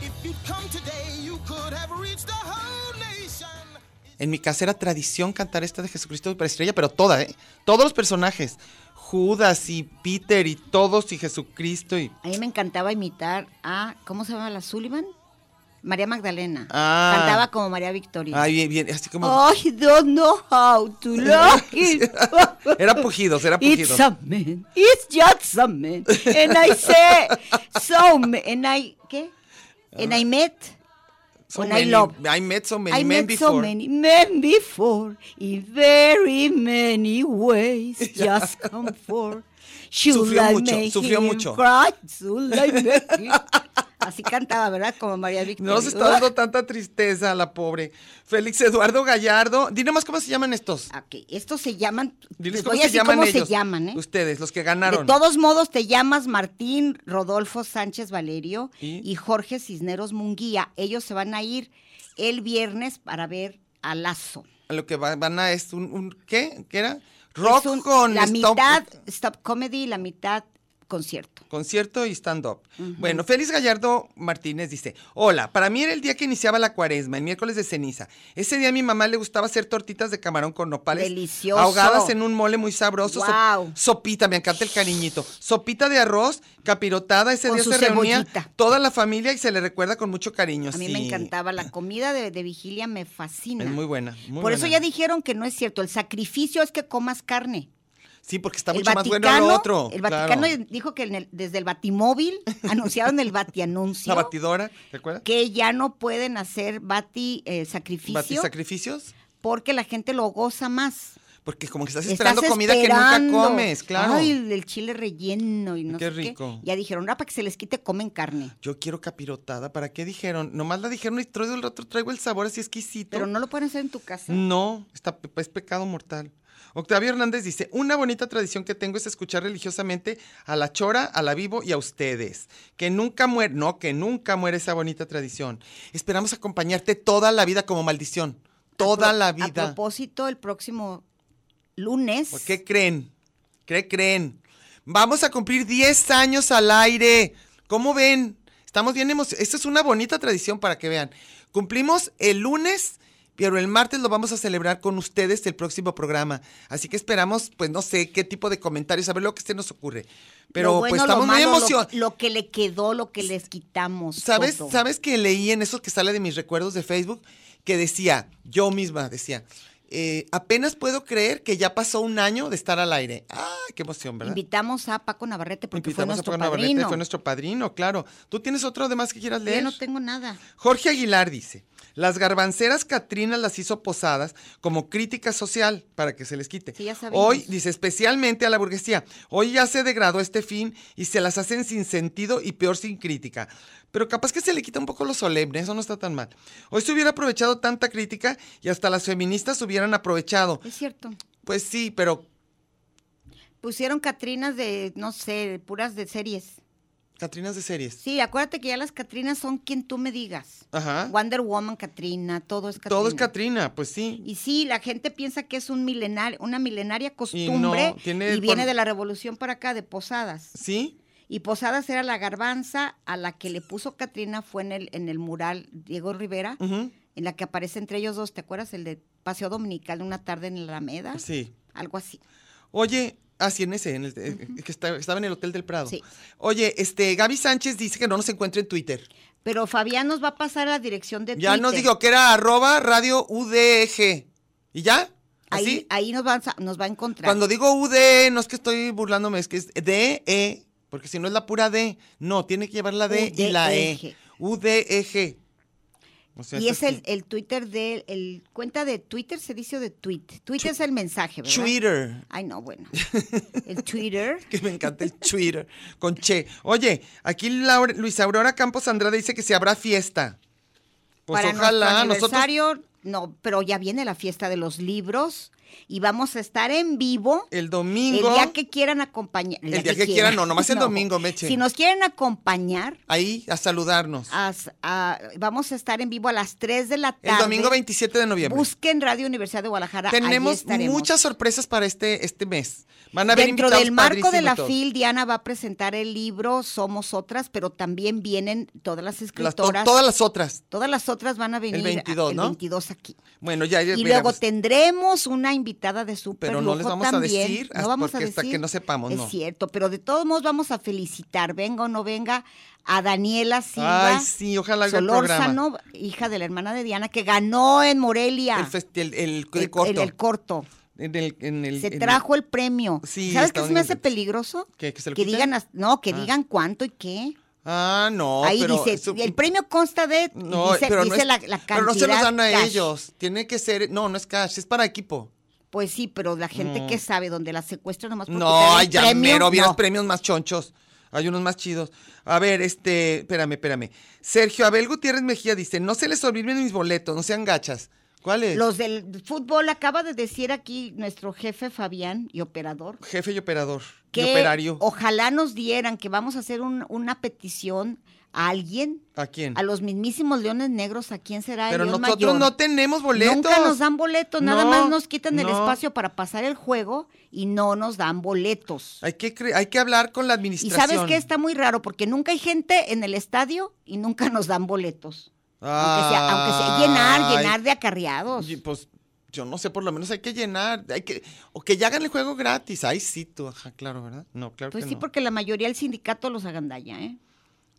Speaker 6: If you'd come today, you could have reached the whole nation.
Speaker 2: En mi casa era tradición cantar esta de Jesucristo Superestrella, pero toda, ¿eh? Todos los personajes. Judas y Peter y todos y Jesucristo y...
Speaker 3: A mí me encantaba imitar a, ¿cómo se llama la Sullivan? María Magdalena.
Speaker 2: Ah.
Speaker 3: Cantaba como María Victoria.
Speaker 2: Ay, bien, bien, así como...
Speaker 3: I don't know how
Speaker 2: *laughs*
Speaker 3: to love it.
Speaker 2: Era pujidos, era
Speaker 3: It's
Speaker 2: pujidos.
Speaker 3: a man. It's just a man. And I say, so ma- And I, ¿qué? And I met.
Speaker 2: So
Speaker 3: when I
Speaker 2: many-
Speaker 3: love.
Speaker 2: I met so many
Speaker 3: I
Speaker 2: men
Speaker 3: met so
Speaker 2: before.
Speaker 3: many men before in very many
Speaker 2: *laughs*
Speaker 3: ways. Just come for. Should
Speaker 2: Sufrió
Speaker 3: I
Speaker 2: mucho,
Speaker 3: make
Speaker 2: sufrió
Speaker 3: him
Speaker 2: mucho.
Speaker 3: cry? Should
Speaker 2: *laughs*
Speaker 3: I make him- Así cantaba, ¿verdad? Como María Victoria.
Speaker 2: No nos está dando tanta tristeza a la pobre. Félix Eduardo Gallardo. Dime más cómo se llaman estos.
Speaker 3: Ah, *laughs* ok, Estos se llaman.
Speaker 2: Diles
Speaker 3: les
Speaker 2: cómo
Speaker 3: voy a
Speaker 2: se
Speaker 3: decir
Speaker 2: llaman
Speaker 3: cómo
Speaker 2: ellos.
Speaker 3: se llaman, ¿eh?
Speaker 2: Ustedes, los que
Speaker 3: De
Speaker 2: ganaron.
Speaker 3: todos modos, te llamas Martín Rodolfo Sánchez Valerio
Speaker 2: ¿Y?
Speaker 3: y Jorge Cisneros Munguía. Ellos se van a ir el viernes para ver a Lazo.
Speaker 2: a lo que va- van a es un, un- ¿qué? ¿Qué era? Rock
Speaker 3: Es un-
Speaker 2: con
Speaker 3: la
Speaker 2: stop-
Speaker 3: mitad stop comedy y la mitad concierto.
Speaker 2: Concierto y stand-up. Bueno, Félix Gallardo Martínez dice, hola, para mí era el día que iniciaba la cuaresma, el miércoles de ceniza. Ese día a mi mamá le gustaba hacer tortitas de camarón con nopales.
Speaker 3: Delicioso.
Speaker 2: Ahogadas en un mole muy sabroso. sop-
Speaker 3: Guau.
Speaker 2: sopita, me encanta el cariñito. Sopita de arroz, capirotada, ese
Speaker 3: Con
Speaker 2: día
Speaker 3: su
Speaker 2: se reunía
Speaker 3: cebollita.
Speaker 2: toda la familia y se le recuerda con mucho cariño.
Speaker 3: A mí me
Speaker 2: sí.
Speaker 3: encantaba la comida de, de vigilia, me fascina.
Speaker 2: Es muy buena. muy
Speaker 3: Por eso
Speaker 2: buena.
Speaker 3: ya dijeron que no es cierto, el sacrificio es que comas carne.
Speaker 2: Sí, porque está
Speaker 3: el
Speaker 2: mucho más
Speaker 3: Vaticano,
Speaker 2: bueno lo otro.
Speaker 3: el
Speaker 2: claro.
Speaker 3: Vaticano dijo que en el- desde el
Speaker 2: *laughs*
Speaker 3: Batimóvil anunciaron el Batianuncio
Speaker 2: La batidora, ¿te acuerdas?
Speaker 3: que ya no pueden hacer bati eh, sacrificio
Speaker 2: ¿Batisacrificios?
Speaker 3: porque la gente lo goza más.
Speaker 2: Porque como que estás
Speaker 3: Estás
Speaker 2: esperando comida que
Speaker 3: esperando.
Speaker 2: nunca comes, claro.
Speaker 3: Ay, el chile relleno y no
Speaker 2: Qué
Speaker 3: sé
Speaker 2: rico.
Speaker 3: Ya dijeron, ahora para que se les quite comen carne,
Speaker 2: Yo quiero capirotada. ¿Para qué dijeron? Nomás la dijeron y traigo el rato traigo el sabor así exquisito.
Speaker 3: pero no lo pueden hacer en tu casa.
Speaker 2: No, está, pe- es pecado mortal. Octavio Hernández dice, una bonita tradición que tengo es escuchar religiosamente a la chora, a la vivo y a ustedes. Que nunca muere, no, que nunca muere esa bonita tradición. Esperamos acompañarte toda la vida como maldición. Toda
Speaker 3: Pro-
Speaker 2: la
Speaker 3: A
Speaker 2: vida.
Speaker 3: propósito, el próximo lunes
Speaker 2: ¿Por qué creen? ¿Qué creen? Vamos a cumplir 10 años al aire. ¿Cómo ven? Estamos bien emocionados. Esta es una bonita tradición para que vean. Cumplimos el lunes, pero el martes lo vamos a celebrar con ustedes el próximo programa. Así que esperamos, pues no sé qué tipo de comentarios, a ver lo que se nos ocurre. Pero
Speaker 3: Lo bueno,
Speaker 2: pues
Speaker 3: lo
Speaker 2: estamos muy
Speaker 3: malo, lo-
Speaker 2: emocionados.
Speaker 3: Lo, que le quedó, lo que les quitamos.
Speaker 2: ¿Sabes,
Speaker 3: todo.
Speaker 2: ¿Sabes que leí en eso que sale de mis recuerdos de Facebook? Que decía, yo misma decía, eh, apenas puedo creer que ya pasó un año de estar al aire. ¡Ah, qué emoción, verdad!
Speaker 3: Invitamos a Paco Navarrete porque fue
Speaker 2: Invitamos
Speaker 3: nuestro
Speaker 2: a Paco Navarrete,
Speaker 3: padrino.
Speaker 2: fue nuestro padrino, claro. ¿Tú tienes otro además que quieras
Speaker 3: Yo
Speaker 2: leer?
Speaker 3: no tengo nada.
Speaker 2: Jorge Aguilar dice, las garbanceras Catrinas las hizo posadas como crítica social para que se les quite.
Speaker 3: Sí, ya sabemos.
Speaker 2: Hoy, dice, especialmente a la burguesía, hoy ya se degradó este fin y se las hacen sin sentido y peor sin crítica. Pero capaz que se le quita un poco lo solemne, eso no está tan mal. Hoy se hubiera aprovechado tanta crítica y hasta las feministas hubieran aprovechado.
Speaker 3: Es cierto.
Speaker 2: Pues sí, pero
Speaker 3: Pusieron Catrinas de, no sé, puras de series.
Speaker 2: Catrinas de series.
Speaker 3: Sí, acuérdate que ya las Catrinas son quien tú me digas.
Speaker 2: Ajá.
Speaker 3: Wonder Woman, Catrina, todo es Catrina.
Speaker 2: ¿Ah? Todo es Catrina, pues sí.
Speaker 3: Y sí, la gente piensa que es un milenar, una milenaria costumbre y,
Speaker 2: tiene
Speaker 3: viene
Speaker 2: con-
Speaker 3: de la revolución para acá, de Posadas.
Speaker 2: ¿Sí?
Speaker 3: Y Posadas era la garbanza a la que le puso Catrina, fue en el, en el mural Diego Rivera,
Speaker 2: Ujú.
Speaker 3: en la que aparece entre ellos dos, ¿te acuerdas? El de Paseo Dominical de una tarde en la Alameda,
Speaker 2: Ah, pues Sí.
Speaker 3: algo así.
Speaker 2: Oye, así en ese, en el- eh, que está- estaba en el Hotel del Prado.
Speaker 3: Sí.
Speaker 2: Oye, este, Gaby Sánchez dice que no nos encuentra en Twitter.
Speaker 3: Pero Fabián nos va a pasar la dirección de
Speaker 2: Ya nos
Speaker 3: Twitter.
Speaker 2: dijo que era arroba radio UDG. ¿Y ya?
Speaker 3: Ahí,
Speaker 2: ¿Así?
Speaker 3: ahí nos, van, a- nos va a encontrar.
Speaker 2: Cuando digo UD, no es que estoy burlándome, es que es DE, porque si no es la pura D. No, tiene que llevar la D y la E.
Speaker 3: UDEG.
Speaker 2: UDEG. O sea,
Speaker 3: y es
Speaker 2: esto
Speaker 3: el, el Twitter de, el cuenta de Twitter, se dice o de tweet. Tweet es el mensaje, ¿verdad?
Speaker 2: Twitter.
Speaker 3: Ay, no,
Speaker 2: *laughs*
Speaker 3: bueno. El Twitter.
Speaker 2: que me encanta el Twitter con Che. Oye, aquí Laura- Luis Aurora Campos Andrade dice que se habrá fiesta. Pues
Speaker 3: para
Speaker 2: ojalá
Speaker 3: nuestro
Speaker 2: nosotros
Speaker 3: aniversario, no, pero ya viene la fiesta de los libros y vamos a estar en vivo
Speaker 2: el
Speaker 3: el
Speaker 2: domingo
Speaker 3: día que quieran acompañar.
Speaker 2: El día que quieran, no,
Speaker 3: *laughs*
Speaker 2: nomás el domingo, Meche.
Speaker 3: Si nos quieren acompañar,
Speaker 2: ahí a saludarnos.
Speaker 3: as- a- vamos a estar en vivo a las 3 de la
Speaker 2: el
Speaker 3: tarde.
Speaker 2: domingo 27 de noviembre.
Speaker 3: Busquen Radio Universidad de Guadalajara. ahí
Speaker 2: Tenemos
Speaker 3: estaremos.
Speaker 2: muchas sorpresas para este, este mes. Van a haber
Speaker 3: Dentro
Speaker 2: invitados
Speaker 3: del marco de
Speaker 2: padrísimos
Speaker 3: la
Speaker 2: y todo.
Speaker 3: FIL, Diana va a presentar el libro Somos Otras, pero también vienen todas las
Speaker 2: Las- to-
Speaker 3: escritoras.
Speaker 2: todas las otras.
Speaker 3: todas las otras van a venir a-
Speaker 2: 22,
Speaker 3: el
Speaker 2: ¿no?
Speaker 3: 22 aquí.
Speaker 2: Bueno, ya ya
Speaker 3: Y luego
Speaker 2: veremos.
Speaker 3: tendremos una invitada de súper
Speaker 2: Pero no les vamos a
Speaker 3: también.
Speaker 2: decir hasta- porque hasta que no sepamos,
Speaker 3: Es
Speaker 2: no.
Speaker 3: cierto, pero de todos modos vamos a felicitar, venga o no venga, a Daniela Silva
Speaker 2: Ay, sí, ojalá haga el programa.
Speaker 3: Solórzano, hija de la hermana de Diana, que ganó en Morelia
Speaker 2: El, fest- el- el- el
Speaker 3: el-
Speaker 2: corto.
Speaker 3: el- el corto.
Speaker 2: En el- en el-
Speaker 3: Se
Speaker 2: en el-
Speaker 3: trajo el premio.
Speaker 2: Sí,
Speaker 3: ¿Sabes
Speaker 2: está
Speaker 3: qué se me hace
Speaker 2: bonito.
Speaker 3: peligroso?
Speaker 2: ¿Que- que se lo quiten?
Speaker 3: digan, as- no, que
Speaker 2: Ah.
Speaker 3: digan cuánto y qué.
Speaker 2: Ah, no.
Speaker 3: Ahí
Speaker 2: pero
Speaker 3: dice,
Speaker 2: eso-
Speaker 3: el premio consta de, y
Speaker 2: No,
Speaker 3: dice,
Speaker 2: pero,
Speaker 3: dice
Speaker 2: no es-
Speaker 3: la, la cantidad.
Speaker 2: pero no se los dan a
Speaker 3: cash.
Speaker 2: ellos. Tiene que ser. No, no es cash, es para equipo.
Speaker 3: Pues sí, pero la gente
Speaker 2: No.
Speaker 3: que sabe donde la secuestran nomás porque
Speaker 2: Mm. No,
Speaker 3: traen
Speaker 2: ay,
Speaker 3: el
Speaker 2: ya
Speaker 3: premio,
Speaker 2: mero, vieras
Speaker 3: no.
Speaker 2: premios más chonchos. Hay unos más chidos. A ver, este, espérame, espérame. Sergio Abel Gutiérrez Mejía dice, no se les olviden mis boletos, no sean gachas. ¿Cuál es?
Speaker 3: Los del fútbol, acaba de decir aquí nuestro jefe Fabián y operador,
Speaker 2: Jefe y operador.
Speaker 3: que
Speaker 2: y operario.
Speaker 3: ojalá nos dieran que vamos a hacer un- una petición a alguien,
Speaker 2: ¿A quién?
Speaker 3: a los mismísimos leones negros, ¿a quién será el
Speaker 2: Pero
Speaker 3: león
Speaker 2: nosotros
Speaker 3: mayor?
Speaker 2: no tenemos boletos.
Speaker 3: Nunca nos dan boletos, nada
Speaker 2: No,
Speaker 3: más nos quitan el
Speaker 2: no.
Speaker 3: espacio para pasar el juego y no nos dan boletos.
Speaker 2: Hay que, cre- hay que hablar con la
Speaker 3: Y
Speaker 2: administración.
Speaker 3: sabes que está muy raro porque nunca hay gente en el estadio y nunca nos dan boletos. Aunque sea, aunque sea llenar,
Speaker 2: Ay.
Speaker 3: llenar de acarreados.
Speaker 2: Y, pues yo no sé, por lo menos hay que llenar, hay que o que ya hagan el juego gratis. Ay, sí, tú, ajá, claro, ¿verdad? No, claro
Speaker 3: Pues
Speaker 2: que
Speaker 3: sí,
Speaker 2: no.
Speaker 3: porque la mayoría del sindicato los agandalla, ¿eh?